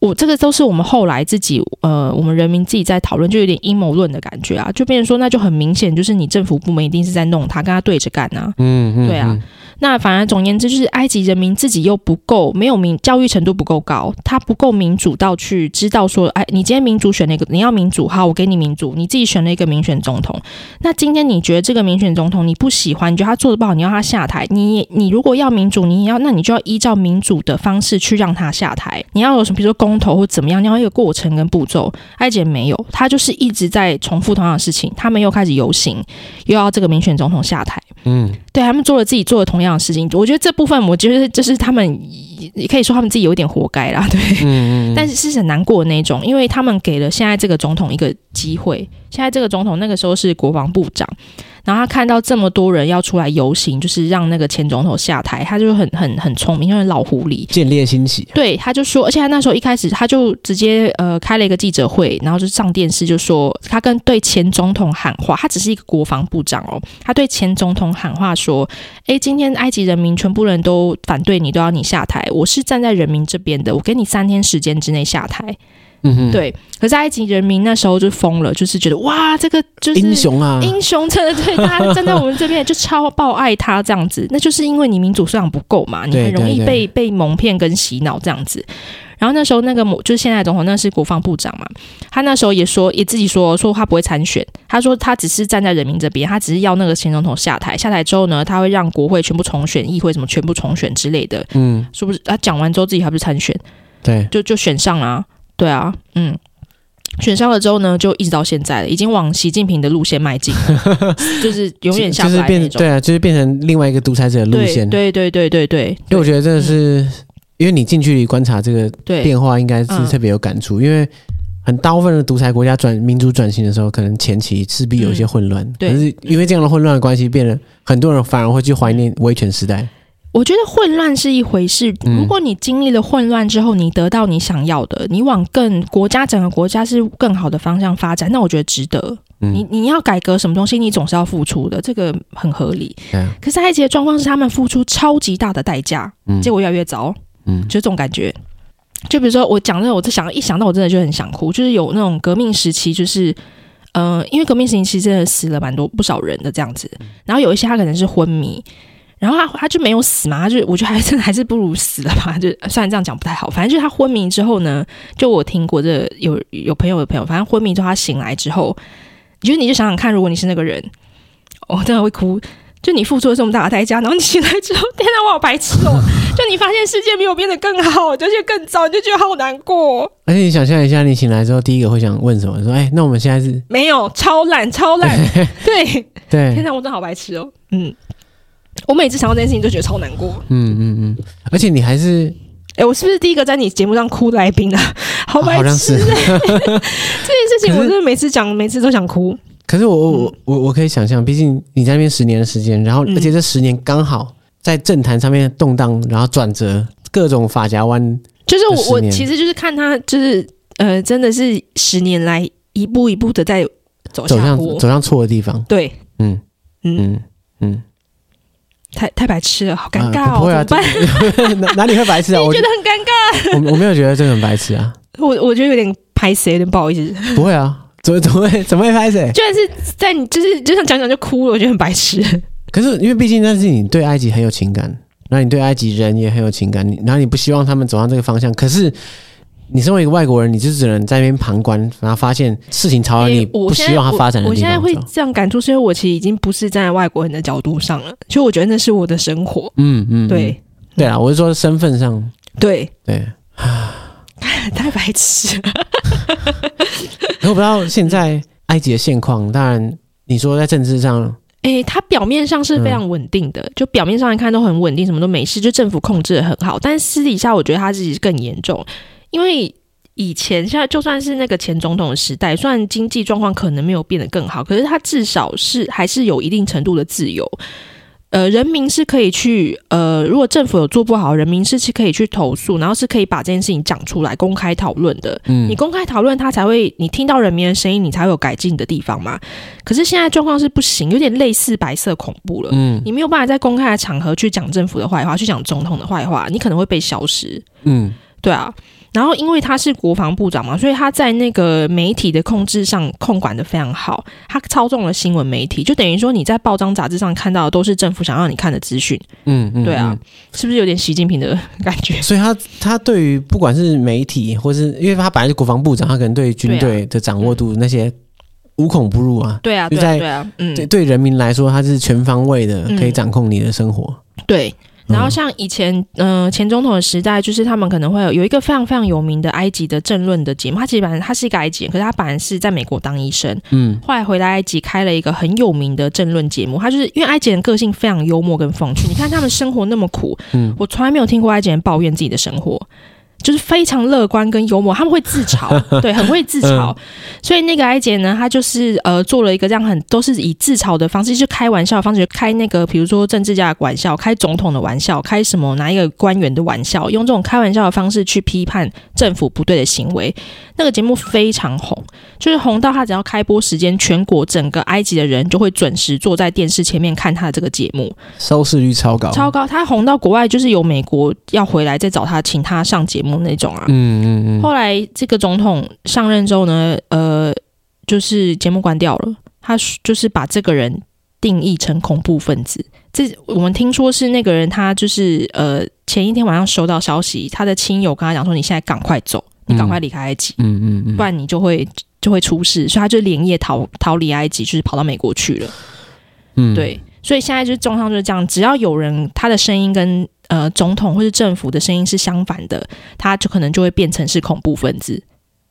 Speaker 2: 我这个都是我们后来自己呃，我们人民自己在讨论，就有点阴谋论的感觉啊，就变成说那就很明显，就是你政府部门一定是在弄他，跟他对着干啊。
Speaker 1: 嗯嗯，
Speaker 2: 对啊
Speaker 1: 嗯，
Speaker 2: 那反而总言之，就是埃及人民自己又不够，没有民教育程度不够高，他不够民主到去知道说，哎，你今天民主选了一个，你要民主，好，我给你民主，你自己选了一个民选总统。那今天你觉得这个民选总统你不喜欢，你觉得他做的不好，你要他下台，你你如果要民主，你也要那你就要依照民主的方式去让他下台，你要有什么，比如说公投或怎么样，你要有一个过程跟步骤。埃及人没有，他就是一直在重复同样的事情，他们又开始游行，又要这个民选总统下台。
Speaker 1: 嗯，
Speaker 2: 对他们做了自己做的同样的事情，我觉得这部分我觉得就是他们也可以说他们自己有一点活该啦，对，
Speaker 1: 嗯嗯嗯，
Speaker 2: 但是是很难过的那种，因为他们给了现在这个总统一个机会，现在这个总统那个时候是国防部长，然后他看到这么多人要出来游行，就是让那个前总统下台，他就很很很聪明，因为老狐狸，
Speaker 1: 见猎欣喜，
Speaker 2: 对，他就说，而哎且他那时候一开始他就直接呃开了一个记者会，然后就上电视就说他跟对前总统喊话，他只是一个国防部长哦，他对前总统喊话说，诶，哎今天埃及人民全部人都反对你，都要你下台，我是站在人民这边的，我给你三天时间之内下台。
Speaker 1: 嗯哼，
Speaker 2: 对，可是埃及人民那时候就疯了，就是觉得哇，这个就是
Speaker 1: 英雄啊，
Speaker 2: 英雄真的对，大家站在我们这边就超爆爱他这样子，那就是因为你民主素养不够嘛，你
Speaker 1: 对
Speaker 2: 很容易
Speaker 1: 对对
Speaker 2: 被被蒙骗跟洗脑这样子。然后那时候那个母就是现在的总统，那是国防部长嘛，他那时候也说也自己说说他不会参选，他说他只是站在人民这边，他只是要那个前总统下台，下台之后呢，他会让国会全部重选，议会什么全部重选之类的，
Speaker 1: 嗯，
Speaker 2: 是不是？他讲完之后自己还不是参选，
Speaker 1: 对，
Speaker 2: 就就选上了啊、对啊，嗯。选上了之后呢，就一直到现在了，已经往习近平的路线迈进了， 就是永远下
Speaker 1: 就是
Speaker 2: 不来那
Speaker 1: 变
Speaker 2: 种。
Speaker 1: 对啊，就是变成另外一个独裁者的路线。，
Speaker 2: 对对对对对
Speaker 1: 因为我觉得真的是，因为你近距离观察这个
Speaker 2: 对对
Speaker 1: 变化，应该是
Speaker 2: 嗯
Speaker 1: 特别有感触，因为。很大部分的独裁国家转民主转型的时候，可能前期势必有一些混乱，
Speaker 2: 嗯对
Speaker 1: 可是因为这样的混乱的关系，变得很多人反而会去怀
Speaker 2: 嗯
Speaker 1: 念威权时代。
Speaker 2: 我觉得混乱是一回事，
Speaker 1: 嗯
Speaker 2: 如果你经历了混乱之后，你得到你想要的，你往更国家整个国家是更好的方向发展，那我觉得值得。
Speaker 1: 嗯，
Speaker 2: 你你要改革什么东西，你总是要付出的，这个很合理。
Speaker 1: 对啊，
Speaker 2: 可是埃及的状况是他们付出超级大的代价，
Speaker 1: 嗯
Speaker 2: 结果越来越糟，
Speaker 1: 嗯
Speaker 2: 就这种感觉。就比如说我讲这个，我在想，一想到我真的就很想哭，就是有那种革命时期，就是。嗯、因为革命时期真的死了蛮多不少人的这样子，
Speaker 1: 嗯
Speaker 2: 然后有一些他可能是昏迷，然后他他就没有死嘛，他就我觉得还是 还是不如死了吧，就虽然这样讲不太好，反正就是他昏迷之后呢，就我听过这有有朋友的朋友，反正昏迷之后他醒来之后，就是你就想想看，如果你是那个人，哦我真的会哭，就你付出了这么大的代价，然后你醒来之后，天哪，我好白痴哦！ 就你发现世界没有变得更好，而且更糟，你就觉得好难过。
Speaker 1: 而且你想象一下，你醒来之后第一个会想问什么？说，哎、那我们现在是
Speaker 2: 没有，超烂，超烂。对，天
Speaker 1: 对，
Speaker 2: 哪，我真的好白痴哦。嗯，我每次想到这件事情都觉得超难过。
Speaker 1: 嗯嗯嗯，而且你还是
Speaker 2: 哎，我是不是第一个在你节目上哭的来宾啊？ 好白
Speaker 1: 哦好像
Speaker 2: 痴！
Speaker 1: 是，
Speaker 2: 这件事情
Speaker 1: 可
Speaker 2: 我
Speaker 1: 是
Speaker 2: 真的每次讲，每次都想哭。
Speaker 1: 可是我我我我可以想象，毕竟你在那边十年的时间，然后
Speaker 2: 嗯
Speaker 1: 而且这十年刚好在政坛上面动荡，然后转折，各种法夹弯，
Speaker 2: 就是
Speaker 1: 这十
Speaker 2: 我，我
Speaker 1: 年
Speaker 2: 其实就是看他，就是呃，真的是十年来一步一步的在走
Speaker 1: 走
Speaker 2: 下
Speaker 1: 向
Speaker 2: 坡。
Speaker 1: 走向错的地方。
Speaker 2: 对，
Speaker 1: 嗯
Speaker 2: 嗯，
Speaker 1: 嗯嗯，
Speaker 2: 太太白痴了，好尴
Speaker 1: 啊
Speaker 2: 尬
Speaker 1: 不
Speaker 2: 哦，
Speaker 1: 会啊，
Speaker 2: 怎么办？
Speaker 1: 这 哪哪里会白痴啊？我
Speaker 2: 觉得很尴尬，
Speaker 1: 我我没有觉得这个很白痴啊，
Speaker 2: 我我觉得有点拍谁，有点不好意思，
Speaker 1: 不会啊，怎么怎么会怎么会拍谁？
Speaker 2: 居然是在你就是就像讲讲就哭了，我觉得很白痴。
Speaker 1: 可是因为毕竟那是你对埃及很有情感，然后你对埃及人也很有情感，你然后你不希望他们走上这个方向，可是。你身为一个外国人，你就只能在那边旁观，然后发现事情朝着啊你
Speaker 2: 因为哎我
Speaker 1: 不希望它发展的
Speaker 2: 我。我
Speaker 1: 地
Speaker 2: 现在
Speaker 1: 方
Speaker 2: 会
Speaker 1: 走。
Speaker 2: 这样感触，是因为我其实已经不是站在外国人的角度上了，就我觉得那是我的生活。
Speaker 1: 嗯嗯，嗯
Speaker 2: 对、
Speaker 1: 对啊，我是说身份上，
Speaker 2: 对，
Speaker 1: 对。
Speaker 2: 太白痴了。
Speaker 1: 可我不知道现在埃及的现况，当然你说在政治上，
Speaker 2: 诶，它表面上是非常稳定的，就表面上来看都很稳定，什么都没事，就政府控制的很好。但私底下，我觉得它自己更严重，因为以前现在就算是那个前总统的时代，虽然经济状况可能没有变得更好，可是它至少是还是有一定程度的自由。呃，人民是可以去呃，如果政府有做不好，人民是是可以去投诉，然后是可以把这件事情讲出来，公开讨论的。
Speaker 1: 嗯
Speaker 2: 你公开讨论，他才会，你听到人民的声音，你才会有改进的地方嘛。可是现在状况是不行，有点类似白色恐怖了。
Speaker 1: 嗯
Speaker 2: 你没有办法在公开的场合去讲政府的坏话，去讲总统的坏话，你可能会被消失。
Speaker 1: 嗯
Speaker 2: 对啊，然后因为他是国防部长嘛，所以他在那个媒体的控制上控管的非常好，他操纵了新闻媒体，就等于说你在报章杂志上看到的都是政府想让你看的资讯。
Speaker 1: 嗯嗯，
Speaker 2: 对啊
Speaker 1: 嗯。，
Speaker 2: 是不是有点习近平的感觉？
Speaker 1: 所以他他对于不管是媒体，或是因为他本来是国防部长，他可能对于
Speaker 2: 啊
Speaker 1: 军队的掌握度那些无孔不入啊。
Speaker 2: 对啊，
Speaker 1: 就
Speaker 2: 对啊，
Speaker 1: 在
Speaker 2: 对啊，嗯，
Speaker 1: 对对，人民来说，他是全方位的，
Speaker 2: 嗯
Speaker 1: 可以掌控你的生活。
Speaker 2: 对，然后
Speaker 1: 嗯
Speaker 2: 像以前，呃，前总统的时代，就是他们可能会有有一个非常非常有名的埃及的政论的节目，他其实本来他是一个埃及人，可是他本来是在美国当医生，
Speaker 1: 嗯
Speaker 2: 后来回来埃及开了一个很有名的政论节目。他就是因为埃及人个性非常幽默跟风趣，你看他们生活那么苦，
Speaker 1: 嗯，
Speaker 2: 我从来没有听过埃及人抱怨自己的生活，就是非常乐观跟幽默，他们会自嘲，对，很会自嘲。 所以那个埃及人呢，他就是呃做了一个这样很都是以自嘲的方式，就开玩笑的方式，开那个比如说政治家的玩笑，开总统的玩笑，开什么哪一个官员的玩笑，用这种开玩笑的方式去批判政府不对的行为。那个节目非常红，就是红到他只要开播时间，全国整个埃及的人就会准时坐在电视前面看他的这个节目。
Speaker 1: 收视率超高，
Speaker 2: 超高，他红到国外就是有美国要回来再找他，请他上节目那种啊。
Speaker 1: 嗯嗯嗯，
Speaker 2: 后来这个总统上任之后呢，呃，就是节目关掉了，他就是把这个人定义成恐怖分子。这我们听说是那个人，他就是呃，前一天晚上收到消息，他的亲友跟他讲说：“你现在赶快走，你赶快离开埃及，
Speaker 1: 嗯嗯嗯，
Speaker 2: 不然你就会就会出事。”所以他就连夜逃逃离埃及，就是跑到美国去了。
Speaker 1: 嗯，
Speaker 2: 对，所以现在就是综上就是这样，只要有人他的声音跟呃总统或是政府的声音是相反的，他就可能就会变成是恐怖分子。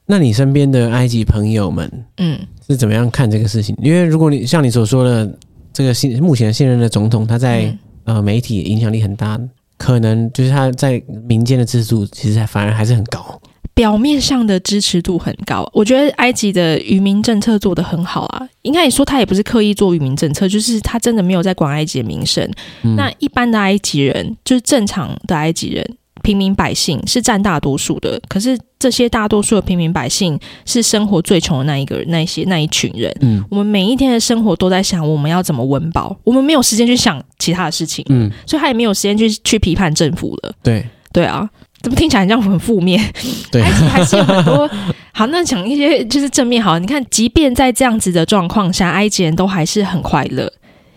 Speaker 1: 那你身边的埃及朋友们
Speaker 2: 嗯，
Speaker 1: 是怎么样看这个事情？因为如果你像你所说的，这个现目前现任的总统，他在、
Speaker 2: 嗯
Speaker 1: 呃媒体影响力很大，可能就是他在民间的支持度其实还反而还是很高。
Speaker 2: 表面上的支持度很高，我觉得埃及的渔民政策做得很好啊。应该也说他也不是刻意做渔民政策，就是他真的没有在管埃及的民生。
Speaker 1: 嗯
Speaker 2: 那一般的埃及人，就是正常的埃及人，平民百姓是占大多数的。可是这些大多数的平民百姓是生活最穷的那一个那一些那一群人。
Speaker 1: 嗯
Speaker 2: 我们每一天的生活都在想我们要怎么温饱，我们没有时间去想其他的事情，
Speaker 1: 嗯，
Speaker 2: 所以他也没有时间去去批判政府了。
Speaker 1: 对
Speaker 2: 对啊，怎么听起来很像很负面？
Speaker 1: 对
Speaker 2: 埃及还是有很多好。那讲一些就是正面好了，你看，即便在这样子的状况下，埃及人都还是很快乐。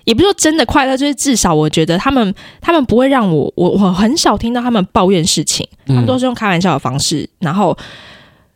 Speaker 2: 也不是说真的快乐，就是至少我觉得他们他们不会让我我我很少听到他们抱怨事情，他们
Speaker 1: 嗯。
Speaker 2: 都是用开玩笑的方式。然后，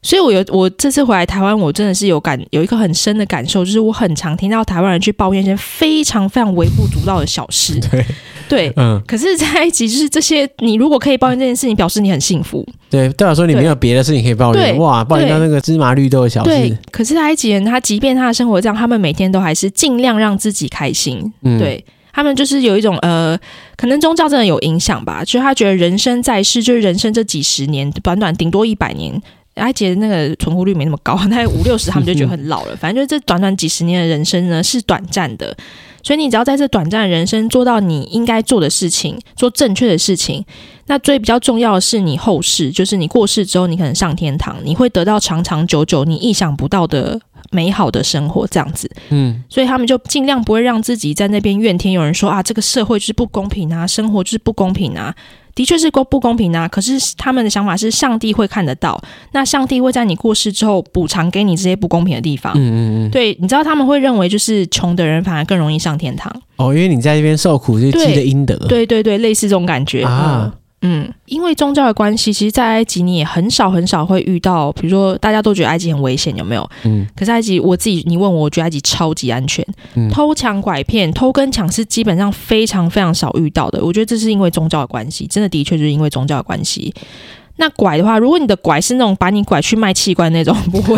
Speaker 2: 所以我有我这次回来台湾，我真的是有感有一个很深的感受，就是我很常听到台湾人去抱怨一些非常非常微不足道的小事
Speaker 1: 对，
Speaker 2: 对，
Speaker 1: 嗯
Speaker 2: 可是，在埃及就是这些，你如果可以抱怨这件事情，表示你很幸福。
Speaker 1: 对，代表说你没有别的事情可以抱怨，
Speaker 2: 对
Speaker 1: 哇，抱怨到那个芝麻绿豆的小
Speaker 2: 对
Speaker 1: 事，，
Speaker 2: 可是埃及人他即便他的生活这样，他们每天都还是尽量让自己开心。
Speaker 1: 嗯，
Speaker 2: 对他们就是有一种呃，可能宗教真的有影响吧，就是他觉得人生在世，就是人生这几十年，短短顶多一百年。埃及的那个存活率没那么高，大概五六十，他们就觉得很老了。反正就是这短短几十年的人生呢，是短暂的，所以你只要在这短暂的人生做到你应该做的事情，做正确的事情，那最比较重要的是你后世，就是你过世之后，你可能上天堂，你会得到长长久久你意想不到的美好的生活，这样子。
Speaker 1: 嗯
Speaker 2: 所以他们就尽量不会让自己在那边怨天尤人说，啊，这个社会就是不公平啊，生活就是不公平啊。的确是公不公平啊，可是他们的想法是上帝会看得到，那上帝会在你过世之后补偿给你这些不公平的地方。
Speaker 1: 嗯嗯嗯，
Speaker 2: 对，你知道他们会认为就是穷的人反而更容易上天堂。
Speaker 1: 哦，因为你在这边受苦就积了
Speaker 2: 对
Speaker 1: 阴德，
Speaker 2: 对对对，类似这种感觉
Speaker 1: 啊
Speaker 2: 嗯，嗯因为宗教的关系，其实，在埃及你也很少很少会遇到，比如说大家都觉得埃及很危险，有没有？
Speaker 1: 嗯
Speaker 2: 可是埃及，我自己你问我，我觉得埃及超级安全，
Speaker 1: 嗯
Speaker 2: 偷抢拐骗、偷跟抢是基本上非常非常少遇到的。我觉得这是因为宗教的关系，真的的确就是因为宗教的关系。那拐的话，如果你的拐是那种把你拐去卖器官那种， 不会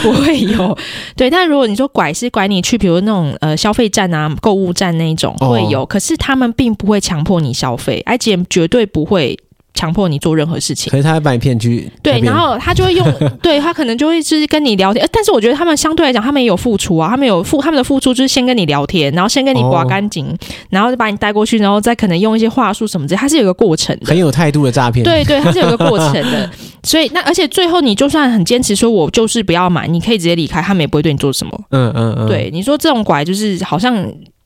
Speaker 2: 不会有对。但如果你说拐是拐你去，比如那种呃消费站啊、购物站那一种
Speaker 1: 哦
Speaker 2: 会有，可是他们并不会强迫你消费，埃及人绝对不会强迫你做任何事情。
Speaker 1: 可是他会把你骗去那
Speaker 2: 对，
Speaker 1: 边，
Speaker 2: 然后他就会用， 对他可能就会就是跟你聊天，呃但是我觉得他们相对来讲，他们也有付出啊，他们有付他们的付出就是先跟你聊天，然后先跟你刮
Speaker 1: 哦
Speaker 2: 干净，然后就把你带过去，然后再可能用一些话术什么之类，它是有一个过程的
Speaker 1: 很。有态度的诈骗，
Speaker 2: 对对，它是有一个过程 的，所以那而且最后你就算很坚持说，我就是不要买，你可以直接离开，他们也不会对你做什么。
Speaker 1: 嗯，嗯嗯，
Speaker 2: 对，你说这种拐就是好像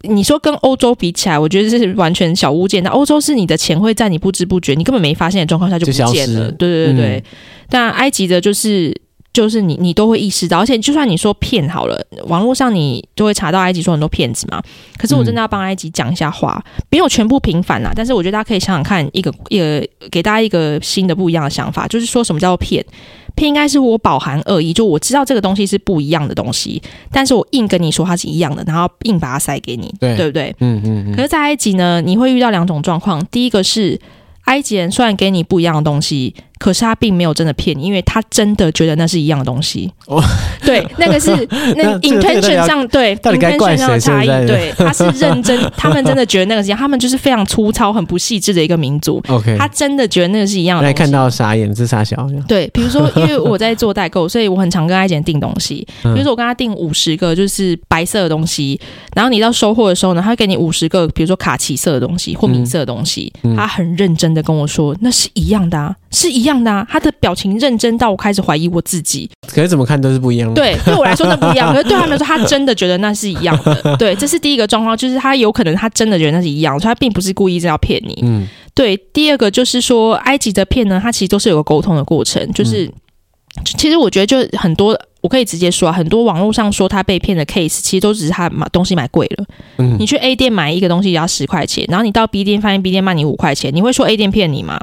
Speaker 2: 你说跟欧洲比起来，我觉得是完全小巫见大。欧洲是你的钱会在你不知不觉，你根本没发现的状况下就不
Speaker 1: 就消
Speaker 2: 见
Speaker 1: 失
Speaker 2: 了。
Speaker 1: 了
Speaker 2: 对对对对
Speaker 1: 嗯，
Speaker 2: 但埃及的就是。就是你，你都会意识到，而且就算你说骗好了，网络上你就会查到埃及说很多骗子嘛。可是我
Speaker 1: 嗯
Speaker 2: 真的要帮埃及讲一下话，没有全部平反啦，但是我觉得大家可以想想看，一个一个给大家一个新的不一样的想法，就是说什么叫做骗？骗应该是我饱含恶意，就我知道这个东西是不一样的东西，但是我硬跟你说它是一样的，然后硬把它塞给你，
Speaker 1: 对
Speaker 2: 对不对？
Speaker 1: 嗯嗯嗯，
Speaker 2: 可是，在埃及呢，你会遇到两种状况。第一个是埃及人虽然给你不一样的东西，可是他并没有真的骗你，因为他真的觉得那是一样的东西。
Speaker 1: 哦
Speaker 2: 对，那个是那
Speaker 1: 那这个这个到底
Speaker 2: intention
Speaker 1: 要
Speaker 2: 上对
Speaker 1: 到底该怪
Speaker 2: intention 上的
Speaker 1: 谁
Speaker 2: 差异
Speaker 1: 现在，
Speaker 2: 对，他是认真， 他们真的觉得那个是一样，他们就是非常粗糙、很不细致的一个民族。
Speaker 1: ，OK，
Speaker 2: 他真的觉得那个是一样的
Speaker 1: 来
Speaker 2: 东西。
Speaker 1: 看到傻眼，这傻小，
Speaker 2: 对，比如说， 因为我在做代购，所以我很常跟埃及人订东西。
Speaker 1: 嗯
Speaker 2: 比如说，我跟他订五十个就是白色的东西，然后你到收货的时候呢，他会给你五十个，比如说卡其色的东西或米色的东西。
Speaker 1: 嗯嗯
Speaker 2: 他很认真的跟我说，那是一样的啊，是一样的啊。他的表情认真到我开始怀疑我自己。
Speaker 1: 可是怎么看都是不一样的，啊
Speaker 2: 对，对我来说那不一样，可是对他们来说，他真的觉得那是一样的。对，这是第一个状况，就是他有可能他真的觉得那是一样，所以他并不是故意这样骗你。
Speaker 1: 嗯，
Speaker 2: 对，第二个就是
Speaker 1: 嗯
Speaker 2: 说，埃及的片呢，它其实都是有个沟通的过程，就是、其实我觉得就很多我可以直接说啊，很多网络上说他被骗的 case，其实都只是他买东西买贵了。
Speaker 1: 嗯
Speaker 2: 你去 A 店买一个东西也要十块钱，然后你到 B 店发现 B 店卖你五块钱，你会说 A 店骗你吗？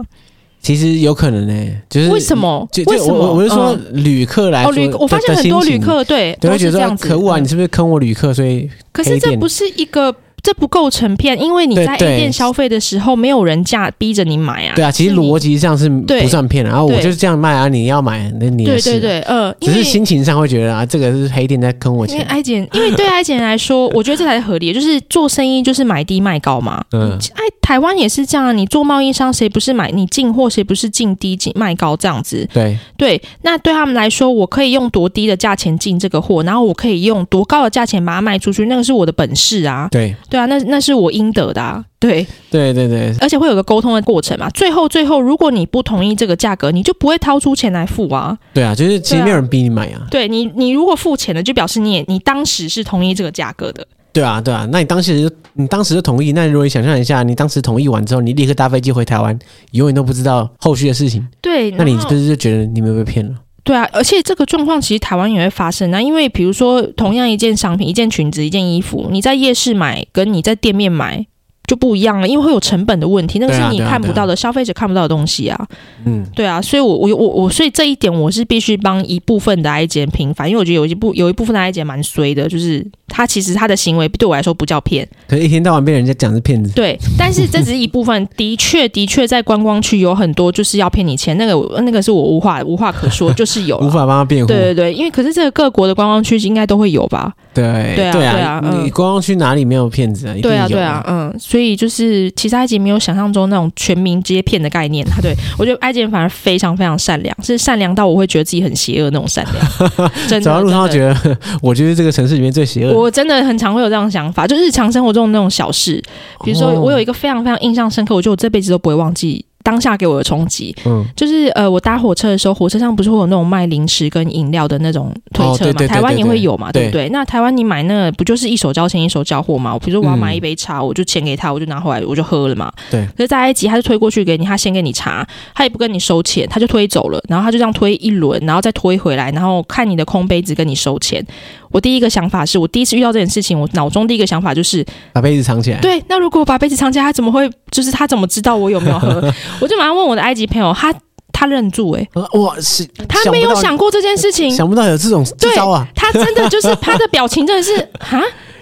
Speaker 1: 其实有可能呢、就是
Speaker 2: 为什？么
Speaker 1: 就？就
Speaker 2: 为什么？
Speaker 1: 我我是说
Speaker 2: 嗯
Speaker 1: 旅客来说
Speaker 2: 哦，旅
Speaker 1: 的，
Speaker 2: 我发现很多
Speaker 1: 的心
Speaker 2: 旅
Speaker 1: 情
Speaker 2: 客对
Speaker 1: 对
Speaker 2: 都
Speaker 1: 会觉
Speaker 2: 是这
Speaker 1: 得
Speaker 2: 样子。
Speaker 1: 可恶啊！
Speaker 2: 嗯
Speaker 1: 你是不是坑我旅客？所以
Speaker 2: 可是
Speaker 1: 黑
Speaker 2: 这
Speaker 1: 店
Speaker 2: 不是一个，这不构成骗，因为你
Speaker 1: 对
Speaker 2: 在 A
Speaker 1: 对
Speaker 2: 店消费的时候，没有人价逼着你买啊。
Speaker 1: 对啊，其实
Speaker 2: 是你
Speaker 1: 逻辑上是
Speaker 2: 对
Speaker 1: 不算骗的。然后我
Speaker 2: 对
Speaker 1: 就是这样卖啊，你要买那你的
Speaker 2: 对
Speaker 1: 事啊，
Speaker 2: 对对，呃，因
Speaker 1: 只
Speaker 2: 为
Speaker 1: 是心情上会觉得啊，这个是黑店在坑我
Speaker 2: 因为哎
Speaker 1: 钱。
Speaker 2: 艾姐，因为对艾姐来说，我觉得这才是合理的，就是做生意就是买低卖高嘛。
Speaker 1: 嗯，
Speaker 2: 哎，台湾也是这样啊，你做贸易商，谁不是买你进货，谁不是进低进卖高这样子？
Speaker 1: 对，
Speaker 2: 对，那对他们来说，我可以用多低的价钱进这个货，然后我可以用多高的价钱把它卖出去，那个是我的本事啊，
Speaker 1: 对，
Speaker 2: 对啊，那那是我应得的啊，对，
Speaker 1: 对，对，对，
Speaker 2: 而且会有个沟通的过程嘛。最后最后，如果你不同意这个价格，你就不会掏出钱来付啊。
Speaker 1: 对啊，就是其
Speaker 2: 对
Speaker 1: 实
Speaker 2: 啊
Speaker 1: 没有人逼你买啊。
Speaker 2: 对你，你如果付钱了，就表示你也你当时是同意这个价格的。
Speaker 1: 对啊，对啊，那你当时就你当时就同意，那如果你想象一下，你当时同意完之后，你立刻搭飞机回台湾，永远都不知道后续的事情，
Speaker 2: 对，
Speaker 1: 那你
Speaker 2: 然
Speaker 1: 是
Speaker 2: 后
Speaker 1: 不是就觉得你没有被骗了？
Speaker 2: 对啊，而且这个状况其实台湾也会发生啊，因为比如说同样一件商品、一件裙子、一件衣服，你在夜市买跟你在店面买就不一样了，因为会有成本的问题，那个
Speaker 1: 对
Speaker 2: 是
Speaker 1: 啊
Speaker 2: 你
Speaker 1: 对啊
Speaker 2: 看
Speaker 1: 对啊
Speaker 2: 不到的，消费者看不到的东西啊。
Speaker 1: 嗯，
Speaker 2: 对啊，所以我我我我，所以这一点我是必须帮一部分的 I 姐平反，因为我觉得有一部有一部分的 I 姐蛮衰的，就是她其实她的行为对我来说不叫骗，
Speaker 1: 可是一天到晚被人家讲是骗子，
Speaker 2: 对，但是这只是一部分，的确的确在观光区有很多就是要骗你钱，那个我那个是我无话无话可 说，就是有啦
Speaker 1: 无法帮他辩护。
Speaker 2: 啊对对对，因为可是这个各国的观光区应该都会有吧？
Speaker 1: 对
Speaker 2: 对啊
Speaker 1: 对
Speaker 2: 对啊嗯
Speaker 1: 你观光区哪里没有骗子啊？一定
Speaker 2: 对啊，
Speaker 1: 有
Speaker 2: 对啊，，嗯，所以就是其实埃及没有想象中那种全民皆骗的概念，他对 我觉得埃及人反而非常非常善良，是善良到我会觉得自己很邪恶那种善良， 真的。
Speaker 1: 走到路上都
Speaker 2: 真的
Speaker 1: 觉得 我就是这个城市里面最邪恶的。
Speaker 2: 我真的很常会有这样的想法，就日常生活中的那种小事，比如说
Speaker 1: 哦
Speaker 2: 我有一个非常非常印象深刻，我觉得我这辈子都不会忘记当下给我的冲击，
Speaker 1: 嗯，
Speaker 2: 就是呃，我搭火车的时候，火车上不是会有那种卖零食跟饮料的那种推车嘛？
Speaker 1: 哦对对对
Speaker 2: 台湾
Speaker 1: 对
Speaker 2: 也
Speaker 1: 对
Speaker 2: 会有嘛，对不
Speaker 1: 对
Speaker 2: 对？那台湾你买那个不就是一手交钱一手交货嘛？比如说我要买
Speaker 1: 嗯
Speaker 2: 一杯茶，我就钱给他，我就拿回来我就喝了嘛。
Speaker 1: 对。
Speaker 2: 可是在埃及，他就推过去给你，他先给你茶，他也不跟你收钱，他就推走了，然后他就这样推一轮，然后再推回来，然后看你的空杯子跟你收钱。我第一个想法是我第一次遇到这件事情，我脑中第一个想法就是，
Speaker 1: 把杯子藏起来。
Speaker 2: 对，那如果我把杯子藏起来，他怎么会？就是他怎么知道我有没 有喝？我就马上问我的埃及朋友，他他愣住、欸，
Speaker 1: 呃，我是
Speaker 2: 他没有
Speaker 1: 不到
Speaker 2: 想过这件事情，
Speaker 1: 想不到有这种这招啊！
Speaker 2: 他真的就是 他的表情真的是啊，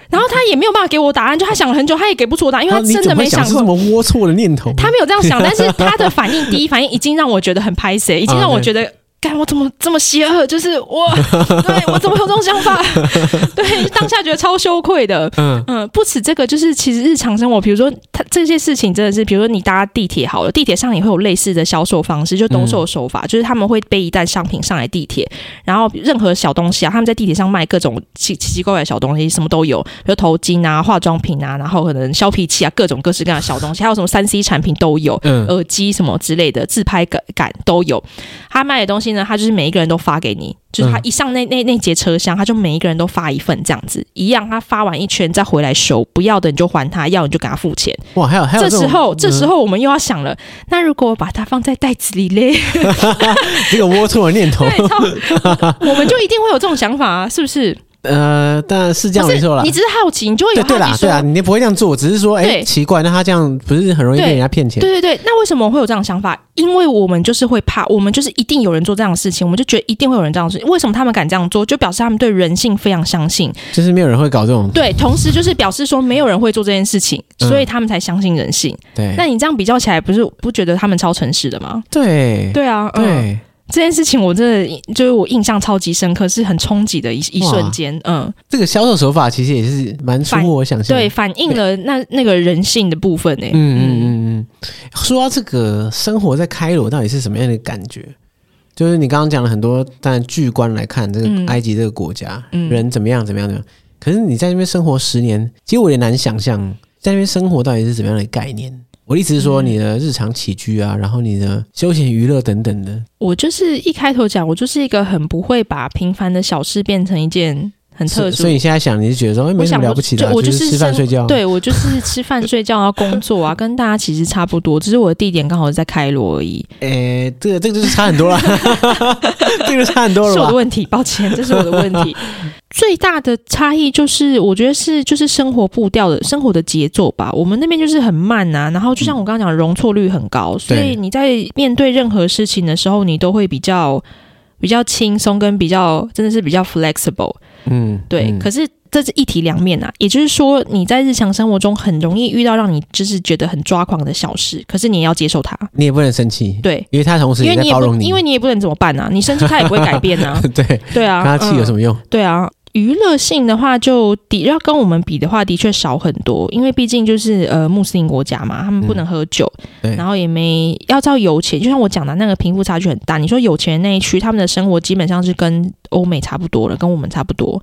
Speaker 2: 然后他也没有办法给我答案，就他想了很久，他也给不出我答案，因为
Speaker 1: 啊
Speaker 2: 他
Speaker 1: 你
Speaker 2: 真
Speaker 1: 怎
Speaker 2: 的
Speaker 1: 么
Speaker 2: 没
Speaker 1: 会想出这
Speaker 2: 过。
Speaker 1: 么龌龊的念头？
Speaker 2: 他没有这 样想，但是他的反应，第一反应已经让我觉得很拍谁，已经让我
Speaker 1: 啊
Speaker 2: 觉得，干我怎么这么邪恶？就是我，对我怎么有这种想法？对，当下觉得超羞愧的。
Speaker 1: 嗯
Speaker 2: 嗯，不止这个，就是其实日常生活，比如说他这些事情真的是，比如说你搭地铁好了，地铁上也会有类似的销售方式，就兜售手法，就是他们会背一袋商品上来地铁，然后任何小东西啊，他们在地铁上卖各种奇奇奇怪怪的小东西，什么都有，比如头巾啊、化妆品啊，然后可能削皮器啊，各种各式各样的小东西，还有什么三 C 产品都有。
Speaker 1: 嗯，
Speaker 2: 耳机什么之类的，自拍杆杆都有。他卖的东西呢，他就是每一个人都发给你，就是
Speaker 1: 嗯
Speaker 2: 他一上那那那节车厢，他就每一个人都发一份这样子，一样。他发完一圈再回来收，不要的你就还他，要你就给他付钱。
Speaker 1: 哇，还有还有
Speaker 2: 这时
Speaker 1: 种
Speaker 2: 候，这时
Speaker 1: 嗯
Speaker 2: 候我们又要想了，那如果我把它放在袋子 里嘞，
Speaker 1: 这个龌龊的念头，
Speaker 2: 对，超，我们就一定会有这种想法啊，是不是？
Speaker 1: 呃，当然是这样
Speaker 2: 不
Speaker 1: 没
Speaker 2: 是
Speaker 1: 错啦
Speaker 2: 你。只是好奇，你就会有
Speaker 1: 对对
Speaker 2: 好
Speaker 1: 啦，
Speaker 2: 奇
Speaker 1: 对啊
Speaker 2: 说
Speaker 1: 啦，，你不会这样做，只是说，哎，
Speaker 2: 对
Speaker 1: 奇怪，那他这样不是很容易被
Speaker 2: 对
Speaker 1: 人家骗钱？
Speaker 2: 对对对，那为什么会有这样的想法？因为我们就是会怕，我们就是一定有人做这样的事情，我们就觉得一定会有人这样做。为什么他们敢这样做？就表示他们对人性非常相信。
Speaker 1: 就是没有人会搞这种，
Speaker 2: 对，同时就是表示说没有人会做这件事情，
Speaker 1: 嗯哎
Speaker 2: 所以他们才相信人性。
Speaker 1: 对
Speaker 2: 那你这样比较起来，不是不觉得他们超诚实的吗？
Speaker 1: 对
Speaker 2: 对啊，嗯、
Speaker 1: 对，
Speaker 2: 这件事情我真的就是我印象超级深刻，是很冲击的一一瞬间。嗯，
Speaker 1: 这个销售手法其实也是蛮出乎我想象的。
Speaker 2: 对，反映了那那个人性的部分欸诶、
Speaker 1: 嗯嗯嗯嗯，说到这个生活在开罗到底是什么样的感觉？就是你刚刚讲了很多，当然巨观来看，这
Speaker 2: 嗯
Speaker 1: 个埃及这个国家、
Speaker 2: 嗯
Speaker 1: 人怎么样怎么样怎么样。可是你在那边生活十年，其实我有点难想象在那边生活到底是怎么样的概念。我的意思是说，
Speaker 2: 嗯
Speaker 1: 你的日常起居啊，然后你的休闲娱乐等等的，
Speaker 2: 我就是一开头讲，我就是一个很不会把平凡的小事变成一件很特殊
Speaker 1: 所以。你现在想，你是觉得说，哎，没
Speaker 2: 我
Speaker 1: 什
Speaker 2: 想
Speaker 1: 么
Speaker 2: 不
Speaker 1: 了不起的啊，
Speaker 2: 就我就是
Speaker 1: 是吃饭
Speaker 2: 生
Speaker 1: 睡觉，，
Speaker 2: 对我就是 吃饭、睡觉，然后工作啊，跟大家其实差不多，只是我的地点刚好是在开罗 而已，
Speaker 1: 哎，这个这个就是差很多了， 这个就差很多
Speaker 2: 是我
Speaker 1: 了
Speaker 2: 的
Speaker 1: 吧？
Speaker 2: 问题，抱歉，这是我的问 题。最大的差异就是，我觉得是就是生活步调的生活的节奏吧。我们那边就是很慢啊，然后就像
Speaker 1: 嗯
Speaker 2: 我刚刚讲，容错率很高，所以你在面对任何事情的时候，你都会比较比较轻松，跟比较真的是比较 flexible。
Speaker 1: 嗯，
Speaker 2: 对，
Speaker 1: 嗯
Speaker 2: 可是这是一体两面啊，也就是说，你在日常生活中很容易遇到让你就是觉得很抓狂的小事，可是你也要接受它。
Speaker 1: 你也不能生气，
Speaker 2: 对，
Speaker 1: 因为他同时
Speaker 2: 因
Speaker 1: 也
Speaker 2: 为
Speaker 1: 在
Speaker 2: 你也
Speaker 1: 包
Speaker 2: 不
Speaker 1: 容，你，
Speaker 2: 因为你也不能怎么办啊，你生气他也不会改变啊。
Speaker 1: 对，
Speaker 2: 对啊，
Speaker 1: 跟他气有什
Speaker 2: 么？
Speaker 1: 么用？
Speaker 2: 对啊，娱乐性的话就，的要跟我们比的话，的确少很多，因为毕竟就是呃穆斯林国家嘛，他们不能喝酒，
Speaker 1: 对
Speaker 2: 然后也没要照有钱，就像我讲的那个贫富差距很大。你说有钱的那一区，他们的生活基本上是跟欧美差不多了，跟我们差不多。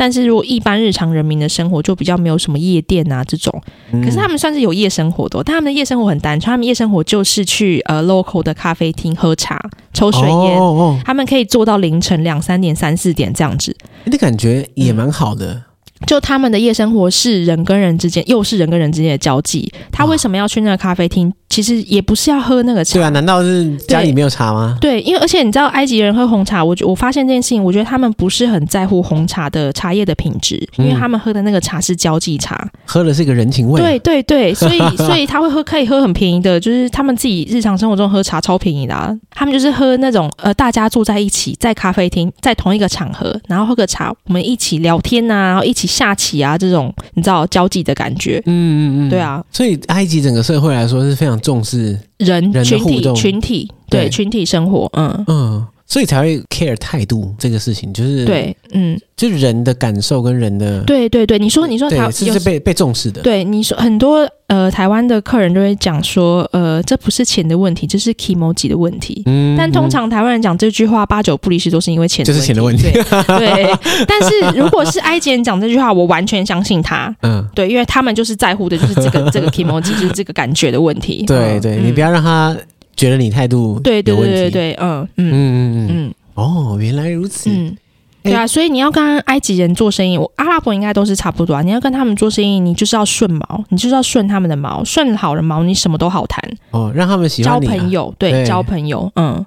Speaker 2: 但是如果一般日常人民的生活就比较没有什么夜店啊这种，
Speaker 1: 嗯
Speaker 2: 可是他们算是有夜生活的哦、但他们的夜生活很单纯，他们夜生活就是去呃 local 的咖啡厅喝茶、抽水烟，
Speaker 1: 哦哦，
Speaker 2: 他们可以做到凌晨两三点、三四点这样子。
Speaker 1: 那感觉也蛮好
Speaker 2: 嗯
Speaker 1: 的，
Speaker 2: 就他们的夜生活是人跟人之间，又是人跟人之间的交际。他为什么要去那个咖啡厅？其实也不是要喝那个茶。
Speaker 1: 对啊，难道是家里没有茶吗？
Speaker 2: 对因为而且你知道埃及人喝红茶，我觉我发现这件事情，我觉得他们不是很在乎红茶的茶叶的品质，因为
Speaker 1: 嗯
Speaker 2: 他们喝的那个茶是交际茶。
Speaker 1: 喝的是一个人情味，
Speaker 2: 对对对，所以 所以他会喝可以喝很便宜的，就是他们自己日常生活中喝茶超便宜的、啊，他们就是喝那种呃大家坐在一起，在咖啡厅，在同一个场合，然后喝个茶，我们一起聊天呐、然后一起下棋啊，这种你知道交际的感觉。
Speaker 1: 嗯嗯嗯，
Speaker 2: 对。啊，
Speaker 1: 所以埃及整个社会来说是非常重视，
Speaker 2: 人
Speaker 1: 的
Speaker 2: 群
Speaker 1: 互
Speaker 2: 体
Speaker 1: 动
Speaker 2: 群体对
Speaker 1: 对
Speaker 2: 群体生活，嗯，
Speaker 1: 嗯，所以才会 care 态度这个事情，就是，
Speaker 2: 对，嗯，
Speaker 1: 就是人的感受跟人的，
Speaker 2: 对对对，你说你说台
Speaker 1: 对，
Speaker 2: 有
Speaker 1: 这是被被重视的，
Speaker 2: 对你说很多呃台湾的客人就会讲说，呃，这不是钱的问题，这是 e m o j i 的问题。
Speaker 1: 嗯
Speaker 2: 但通常台湾人讲这句话，八九不离十都是因为钱，
Speaker 1: 就是钱的问题
Speaker 2: 对。对， 但是如果是埃及人讲这句话，我完全相信他。
Speaker 1: 嗯，
Speaker 2: 对，因为他们就是在乎的就是这 个这个 e m o j i 就是这个感觉的问题。
Speaker 1: 对
Speaker 2: 嗯
Speaker 1: 对，你不、要让他觉得你态度
Speaker 2: 嗯对对
Speaker 1: 有
Speaker 2: 对
Speaker 1: 问题
Speaker 2: 对，对，嗯
Speaker 1: 嗯
Speaker 2: 嗯
Speaker 1: 嗯嗯，
Speaker 2: 嗯
Speaker 1: 哦，原来如此，
Speaker 2: 嗯。对啊，所以你要跟埃及人做生意，我阿拉伯应该都是差不多啊。你要跟他们做生意，你就是要顺毛，你就是要顺他们的毛，顺好了毛，你什么都好谈。
Speaker 1: 哦，让他们喜
Speaker 2: 交
Speaker 1: 欢你啊，
Speaker 2: 朋友，对，
Speaker 1: 对
Speaker 2: 交朋友，嗯，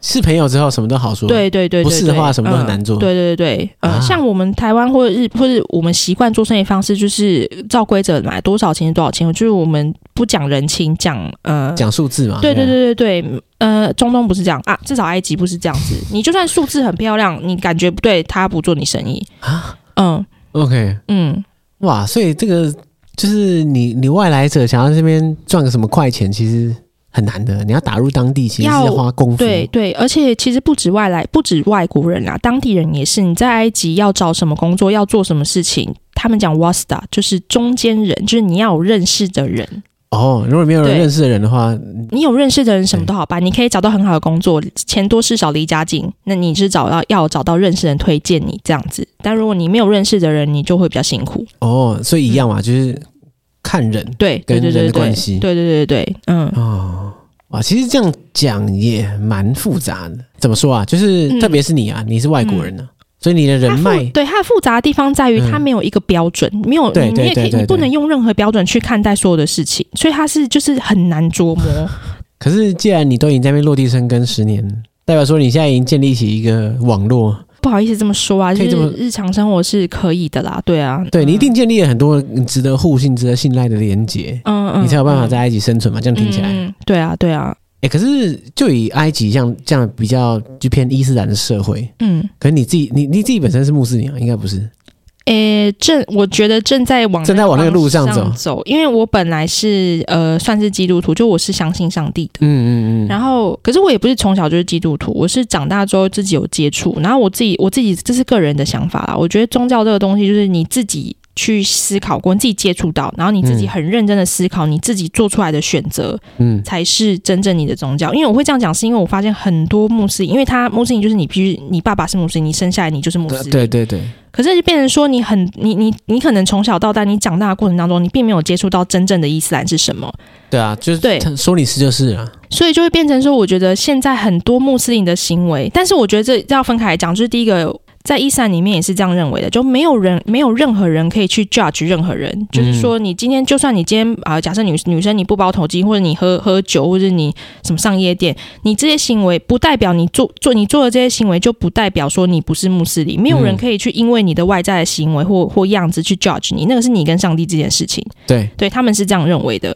Speaker 1: 是朋友之后什么都好说，
Speaker 2: 对对对，
Speaker 1: 不
Speaker 2: 对
Speaker 1: 是的话
Speaker 2: 对
Speaker 1: 什么都很
Speaker 2: 嗯
Speaker 1: 难做
Speaker 2: 对对对对，呃，
Speaker 1: 啊
Speaker 2: 像我们台湾或者日或者我们习惯做生意方式就是照规则买多少钱就多少钱，就是我们不讲人情，讲呃。
Speaker 1: 讲啊数字嘛，
Speaker 2: 对对对对对，呃，中东不是这样啊，至少埃及不是这样子。你就算数字很漂亮，你感觉不对，他不做你生意。
Speaker 1: 啊
Speaker 2: 嗯
Speaker 1: ，OK，
Speaker 2: 嗯，
Speaker 1: 哇，所以这个就是你你外来者想要这边赚个什么快钱，其实很难的。你要打入当地，其实是
Speaker 2: 要
Speaker 1: 要花功夫。
Speaker 2: 对，对，而且其实不止外来，不止外国人啦，当地人也是。你在埃及要找什么工作，要做什么事情，他们讲 wasta 就是中间人，就是你要有认识的人，
Speaker 1: 哦，如果没有人
Speaker 2: 对
Speaker 1: 认识的人的话，
Speaker 2: 你有认识的人什么都好办，你可以找到很好的工作，钱多事少离家近。那你是找到要找到认识的人推荐你这样子，但如果你没有认识的人，你就会比较辛苦。
Speaker 1: 哦，所以一样嘛，就是看人
Speaker 2: 对，
Speaker 1: 跟
Speaker 2: 对对
Speaker 1: 人
Speaker 2: 对
Speaker 1: 的
Speaker 2: 对
Speaker 1: 关，系
Speaker 2: 对对对对，嗯。
Speaker 1: 哦。哇，其实这样讲也蛮复杂的。怎么说啊？就是、
Speaker 2: 嗯
Speaker 1: 特别是你啊，你是外国人啊，所以你的人
Speaker 2: 它
Speaker 1: 脉
Speaker 2: 复对它的复杂的地方在于
Speaker 1: 嗯
Speaker 2: 它没有一个标准，没有
Speaker 1: 对
Speaker 2: 你你
Speaker 1: 对
Speaker 2: 也可以
Speaker 1: 对对
Speaker 2: 你不
Speaker 1: 对
Speaker 2: 能用任何标准去看待所有的事情，所以它是就是很难琢磨。
Speaker 1: 可是既然你都已经在那边落地生根十年，代表说你现在已经建立起一个网络，
Speaker 2: 不好意思这么说啊，
Speaker 1: 可
Speaker 2: 就
Speaker 1: 以这
Speaker 2: 是
Speaker 1: 么
Speaker 2: 日常生活是可以的啦，对啊，
Speaker 1: 对你一定建立了很多值得互信、值得信赖的连接，
Speaker 2: 嗯嗯，
Speaker 1: 你才有办法
Speaker 2: 嗯
Speaker 1: 在埃及生存嘛。这样听起来，
Speaker 2: 嗯嗯对啊对啊，
Speaker 1: 哎、可是就以埃及这样这样比较就偏伊斯兰的社会，
Speaker 2: 嗯。
Speaker 1: 可是你自己你你自己本身是穆斯林啊，应该不是？
Speaker 2: 诶，正我觉得正在往
Speaker 1: 正在往那个路上
Speaker 2: 方
Speaker 1: 走
Speaker 2: 向走，因为我本来是呃算是基督徒，就我是相信上帝的。
Speaker 1: 嗯嗯
Speaker 2: 然后，可是我也不是从小就是基督徒，我是长大之后自己有接触，然后我自己我自己这是个人的想法啦。我觉得宗教这个东西就是你自己去思考过，你自己接触到，然后你自己
Speaker 1: 嗯
Speaker 2: 很认真的思考，你自己做出来的选择
Speaker 1: 嗯嗯，
Speaker 2: 才是真正你的宗教。因为我会这样讲，是因为我发现很多穆斯林，因为他穆斯林就是你必须你爸爸是穆斯林，你生下来你就是穆斯林，
Speaker 1: 对对对，
Speaker 2: 可是就变成说你很你你你可能从小到大你长大的过程当中，你并没有接触到真正的伊斯兰是什么。
Speaker 1: 对啊，就是
Speaker 2: 对
Speaker 1: 他说你是就是啊，
Speaker 2: 所以就会变成说，我觉得现在很多穆斯林的行为，但是我觉得这要分开来讲，就是第一个在伊斯兰里面也是这样认为的，就没有人没有任何人可以去 judge 任何人，就是说你今天就算你今天啊、假设女女生你不包头巾，或者你喝喝酒，或者你什么上夜店，你这些行为不代表你做做你做的这些行为就不代表说你不是穆斯林，没有人
Speaker 1: 嗯
Speaker 2: 可以去因为你的外在的行为或或样子去 judge 你，那个是你跟上帝之间的事情。
Speaker 1: 对，
Speaker 2: 对他们是这样认为的。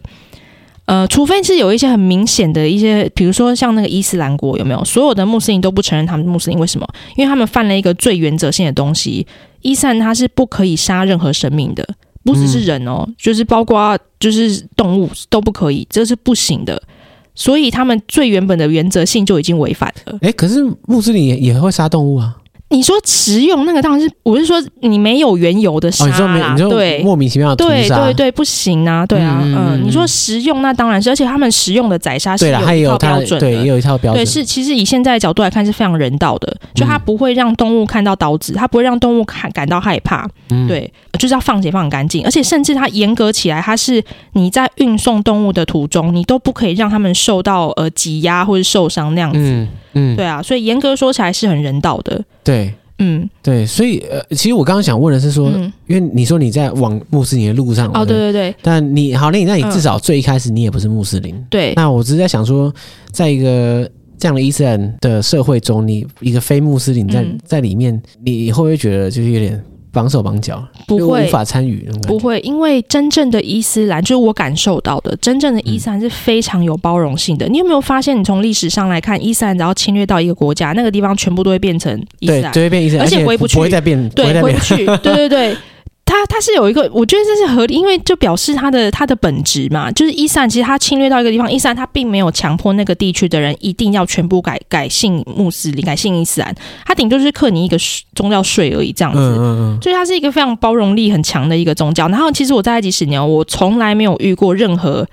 Speaker 2: 呃，除非是有一些很明显的一些，比如说像那个伊斯兰国有没有？所有的穆斯林都不承认他们是穆斯林，为什么？因为他们犯了一个最原则性的东西，伊斯兰它是不可以杀任何生命的，不只
Speaker 1: 嗯
Speaker 2: 是人哦，就是包括就是动物都不可以，这是不行的。所以他们最原本的原则性就已经违反了。
Speaker 1: 哎，可是穆斯林也也会杀动物啊？
Speaker 2: 你说食用那个当然是，我是说你没有缘由的杀
Speaker 1: 哦，你说没？
Speaker 2: 啦，
Speaker 1: 你说
Speaker 2: 对，
Speaker 1: 莫名其妙的屠
Speaker 2: 对
Speaker 1: 杀？
Speaker 2: 对对，不行啊，对啊，
Speaker 1: 嗯
Speaker 2: 嗯、
Speaker 1: 嗯嗯
Speaker 2: 你说食用那当然是，而且他们食用的宰杀是
Speaker 1: 对
Speaker 2: 有
Speaker 1: 了，还
Speaker 2: 一套
Speaker 1: 有他
Speaker 2: 标准
Speaker 1: 的
Speaker 2: 的，
Speaker 1: 对，也有一套标准。
Speaker 2: 对是其实以现在的角度来看是非常人道的，就它
Speaker 1: 嗯
Speaker 2: 不会让动物看到刀子，它不会让动物感感到害怕，
Speaker 1: 嗯，
Speaker 2: 对，就是要放血放很干净，而且甚至它严格起来，它是你在运送动物的途中，你都不可以让他们受到呃挤压或者受伤那样子，
Speaker 1: 嗯嗯，
Speaker 2: 对啊，所以严格说起来是很人道的，
Speaker 1: 对
Speaker 2: 嗯
Speaker 1: 对，所以呃，其实我刚刚想问的是说，
Speaker 2: 嗯，
Speaker 1: 因为你说你在往穆斯林的路上，
Speaker 2: 哦对，对对
Speaker 1: 但你好，那你那你
Speaker 2: 嗯
Speaker 1: 至少最一开始你也不是穆斯林，
Speaker 2: 对，
Speaker 1: 那我只是在想说，在一个这样的伊斯兰的社会中，你一个非穆斯林在、
Speaker 2: 嗯
Speaker 1: 在里面，你会不会觉得就是有点绑手绑脚，
Speaker 2: 不
Speaker 1: 就
Speaker 2: 会
Speaker 1: 无法参与那种感觉？
Speaker 2: 不会，因为真正的伊斯兰，就是我感受到的，真正的伊斯兰是非常有包容性的。你有没有发现，你从历史上来看，伊斯兰只要侵略到一个国家，那个地方全部都会变成伊斯
Speaker 1: 对，
Speaker 2: 兰，
Speaker 1: 就会变伊斯兰，
Speaker 2: 而且
Speaker 1: 且
Speaker 2: 回不去
Speaker 1: 会再变，不会
Speaker 2: 对，
Speaker 1: 再
Speaker 2: 回不
Speaker 1: 变。
Speaker 2: 去，对对对。它它是有一个，我觉得这是合理，因为就表示它的它的本质嘛，就是伊斯兰其实它侵略到一个地方，伊斯兰它并没有强迫那个地区的人一定要全部改改信穆斯林，改信伊斯兰，它顶多就是克你一个宗教税而已这样
Speaker 1: 嗯
Speaker 2: 子。
Speaker 1: 嗯嗯，
Speaker 2: 所以它是一个非常包容力很强的一个宗教。然后其实我在埃及十年，我从来没有遇过任何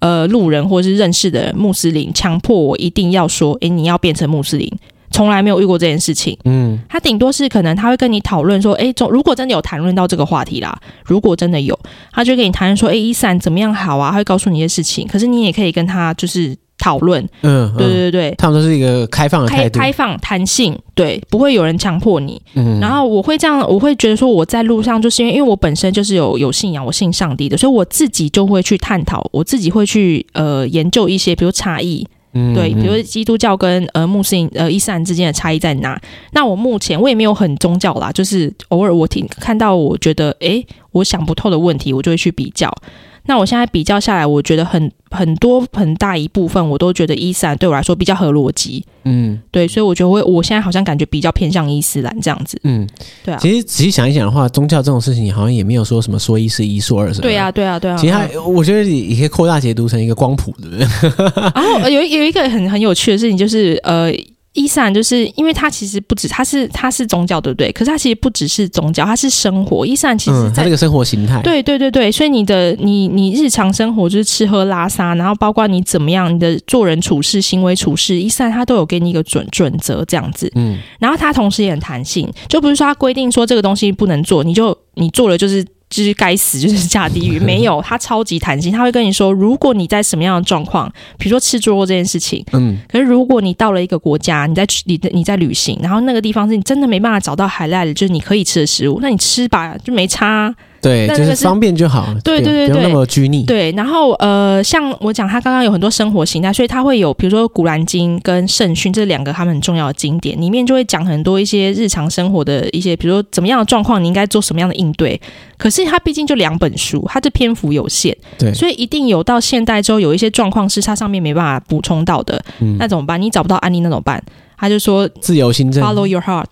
Speaker 2: 呃路人或是认识的穆斯林强迫我一定要说，诶，你要变成穆斯林。从来没有遇过这件事情，
Speaker 1: 嗯，
Speaker 2: 他顶多是可能他会跟你讨论说，诶，总如果真的有谈论到这个话题啦，如果真的有，他就跟你谈论说，诶，伊斯兰怎么样好啊，他会告诉你一些事情，可是你也可以跟他就是讨论，
Speaker 1: 嗯，
Speaker 2: 对
Speaker 1: 嗯，
Speaker 2: 对对，
Speaker 1: 他们都是一个开放的态
Speaker 2: 开
Speaker 1: 度，
Speaker 2: 开放弹性，对，不会有人强迫你，
Speaker 1: 嗯，
Speaker 2: 然后我会这样，我会觉得说我在路上，就是因为因为我本身就是有有信仰，我信上帝的，所以我自己就会去探讨，我自己会去呃研究一些，比如差异，
Speaker 1: 嗯
Speaker 2: 对，比如
Speaker 1: 嗯
Speaker 2: 说基督教跟呃穆斯林呃伊斯兰之间的差异在哪？那我目前我也没有很宗教啦，就是偶尔我听看到我觉得诶我想不透的问题，我就会去比较。那我现在比较下来，我觉得很很多很大一部分，我都觉得伊斯兰对我来说比较合逻辑，
Speaker 1: 嗯
Speaker 2: 对，所以我觉得我我现在好像感觉比较偏向伊斯兰这样子，
Speaker 1: 嗯，
Speaker 2: 对啊。
Speaker 1: 其实仔细想一想的话，宗教这种事情好像也没有说什么说一是一，说二是二。
Speaker 2: 对啊，对啊，对啊。
Speaker 1: 其实它
Speaker 2: 嗯
Speaker 1: 我觉得也可以扩大解读成一个光谱，对不对？
Speaker 2: 然后呃有一有一个很很有趣的事情，就是呃，伊斯兰就是因为它其实不止它是它是宗教，对不对？可是它其实不只是宗教，它是生活。伊斯兰其实
Speaker 1: 嗯，它
Speaker 2: 在、
Speaker 1: 这个生活形态，
Speaker 2: 对对对对，所以你的你你日常生活就是吃喝拉撒，然后包括你怎么样，你的做人处事、行为处事，伊斯兰它都有给你一个准准则这样子。
Speaker 1: 嗯，
Speaker 2: 然后它同时也很弹性，就不是说它规定说这个东西不能做，你就你做了就是就是该死，就是下地狱。没有，它超级弹性，它会跟你说，如果你在什么样的状况，比如说吃猪肉这件事情，
Speaker 1: 嗯
Speaker 2: 可是如果你到了一个国家，你在去你你在旅行，然后那个地方是你真的没办法找到海赖的，就是你可以吃的食物，那你吃吧，就没差啊、
Speaker 1: 对，
Speaker 2: 那
Speaker 1: 就
Speaker 2: 那
Speaker 1: 是
Speaker 2: 个是
Speaker 1: 方便就好，
Speaker 2: 对对对
Speaker 1: 不用那
Speaker 2: 对
Speaker 1: 么拘泥。
Speaker 2: 对，然后呃，像我讲，他刚刚有很多生活形态，所以他会有比如说《古兰经》跟《圣训》这两个他们很重要的经典，里面就会讲很多一些日常生活的一些，比如说怎么样的状况你应该做什么样的应对。可是它毕竟就两本书，它的篇幅有限，
Speaker 1: 对
Speaker 2: 所以一定有到现代之后有一些状况是它上面没办法补充到的，
Speaker 1: 嗯
Speaker 2: 那怎么办？你找不到案例那怎么办？他就说
Speaker 1: 自由新政，
Speaker 2: Follow your heart，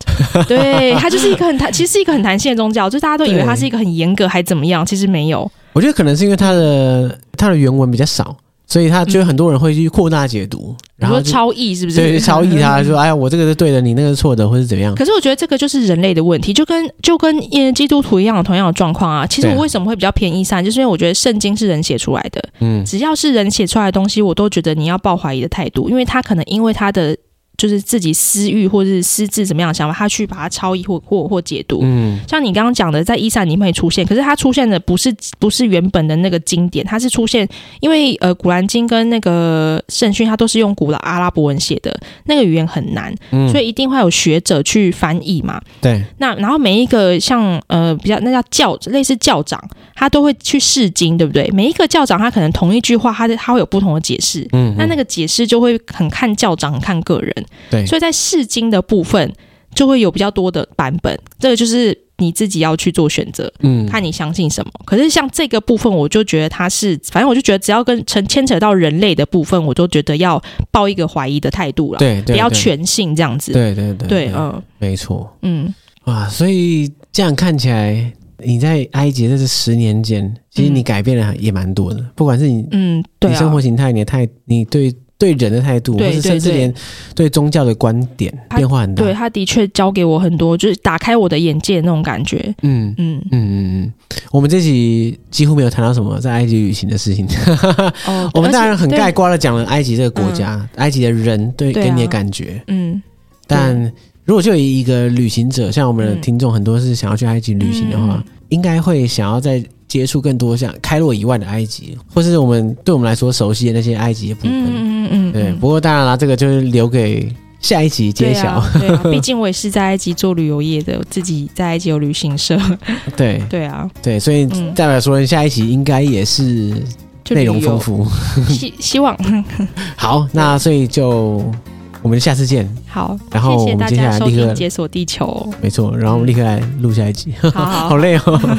Speaker 2: 对，它就是一个很弹，其实是一个很弹性的宗教，就是大家都以为它是一个很严格还怎么样，其实没有。
Speaker 1: 我觉得可能是因为它的它的原文比较少，所以它就很多人会去扩大解读，
Speaker 2: 嗯你
Speaker 1: 然后
Speaker 2: 说
Speaker 1: 就
Speaker 2: 超意是不是？
Speaker 1: 对超译 它，说哎呀，我这个是对的，你那个是错的，或是怎么样？
Speaker 2: 可是我觉得这个就是人类的问题，就跟就跟呃基督徒一样有同样的状况啊。其实
Speaker 1: 对啊
Speaker 2: 我为什么会比较偏伊斯兰，就是因为我觉得圣经是人写出来的，
Speaker 1: 嗯
Speaker 2: 只要是人写出来的东西，我都觉得你要抱怀疑的态度，因为他可能因为他的。就是自己私欲或是私自怎么样的想法，他去把它超译或或或解读。
Speaker 1: 嗯，
Speaker 2: 像你刚刚讲的，在一三里面也出现，可是它出现的不是不是原本的那个经典，它是出现因为呃《古兰经》跟那个圣训，它都是用古老阿拉伯文写的，那个语言很难，
Speaker 1: 嗯
Speaker 2: 所以一定会有学者去翻译嘛。
Speaker 1: 对，
Speaker 2: 那然后每一个像呃比较那叫教类似教长，他都会去试经，对不对？每一个教长他可能同一句话，他的他会有不同的解释，
Speaker 1: 嗯，
Speaker 2: 那那
Speaker 1: 个
Speaker 2: 个解释就会很看教长，很看个人。
Speaker 1: 对，
Speaker 2: 所以在试经的部分就会有比较多的版本，这个就是你自己要去做选择，
Speaker 1: 嗯，
Speaker 2: 看你相信什么。可是像这个部分，我就觉得它是，反正我就觉得只要跟牵牵扯到人类的部分，我都觉得要抱一个怀疑的态度了，
Speaker 1: 对
Speaker 2: 不
Speaker 1: 对，
Speaker 2: 要
Speaker 1: 对，
Speaker 2: 全信这样子。
Speaker 1: 对对对
Speaker 2: 对，嗯
Speaker 1: 没错
Speaker 2: 嗯，
Speaker 1: 哇，所以这样看起来，你在埃及在这十年间，其实你
Speaker 2: 嗯
Speaker 1: 改变了也蛮多的，不管是你
Speaker 2: 嗯，对
Speaker 1: 你生
Speaker 2: 啊
Speaker 1: 活。形态、你的态、你对对人的态度，
Speaker 2: 对
Speaker 1: 或是
Speaker 2: 对
Speaker 1: 甚至
Speaker 2: 对
Speaker 1: 连对宗教的观点
Speaker 2: 他
Speaker 1: 变化很大。
Speaker 2: 对，他的确教给我很多，就是打开我的眼界那种感觉。
Speaker 1: 嗯。
Speaker 2: 嗯，
Speaker 1: 嗯嗯嗯，我们这集几乎没有谈到什么在埃及旅行的事情。
Speaker 2: 哦，
Speaker 1: 我们
Speaker 2: 而且
Speaker 1: 当然很
Speaker 2: 对
Speaker 1: 概括的讲了埃及这个国
Speaker 2: 嗯
Speaker 1: 家、埃及的人对
Speaker 2: 对啊
Speaker 1: 给你的感觉。
Speaker 2: 嗯，
Speaker 1: 但如果就以一个旅行者，像我们的
Speaker 2: 嗯
Speaker 1: 听众很多是想要去埃及旅行的话，
Speaker 2: 嗯
Speaker 1: 应该会想要再接触更多像开罗以外的埃及，或是我们对我们来说熟悉的那些埃及的部分。
Speaker 2: 嗯嗯嗯嗯，
Speaker 1: 对，
Speaker 2: 嗯
Speaker 1: 不过当然啦，这个就是留给下一集揭晓。
Speaker 2: 对 啊，对啊毕竟我也是在埃及做旅游业的，我自己在埃及有旅行社。
Speaker 1: 对
Speaker 2: 对啊，
Speaker 1: 对，所以
Speaker 2: 嗯
Speaker 1: 代表说下一集应该也是
Speaker 2: 就
Speaker 1: 内
Speaker 2: 旅
Speaker 1: 容
Speaker 2: 游
Speaker 1: 丰，富。
Speaker 2: 希希望
Speaker 1: 好，那所以就我们下次见。
Speaker 2: 好。
Speaker 1: 然后
Speaker 2: 谢
Speaker 1: 我
Speaker 2: 谢
Speaker 1: 们
Speaker 2: 大
Speaker 1: 接下来
Speaker 2: 家收
Speaker 1: 立刻
Speaker 2: 听《解锁地球
Speaker 1: 没错，然后我们立刻来录下一集，》，
Speaker 2: 嗯好好
Speaker 1: 好累哦。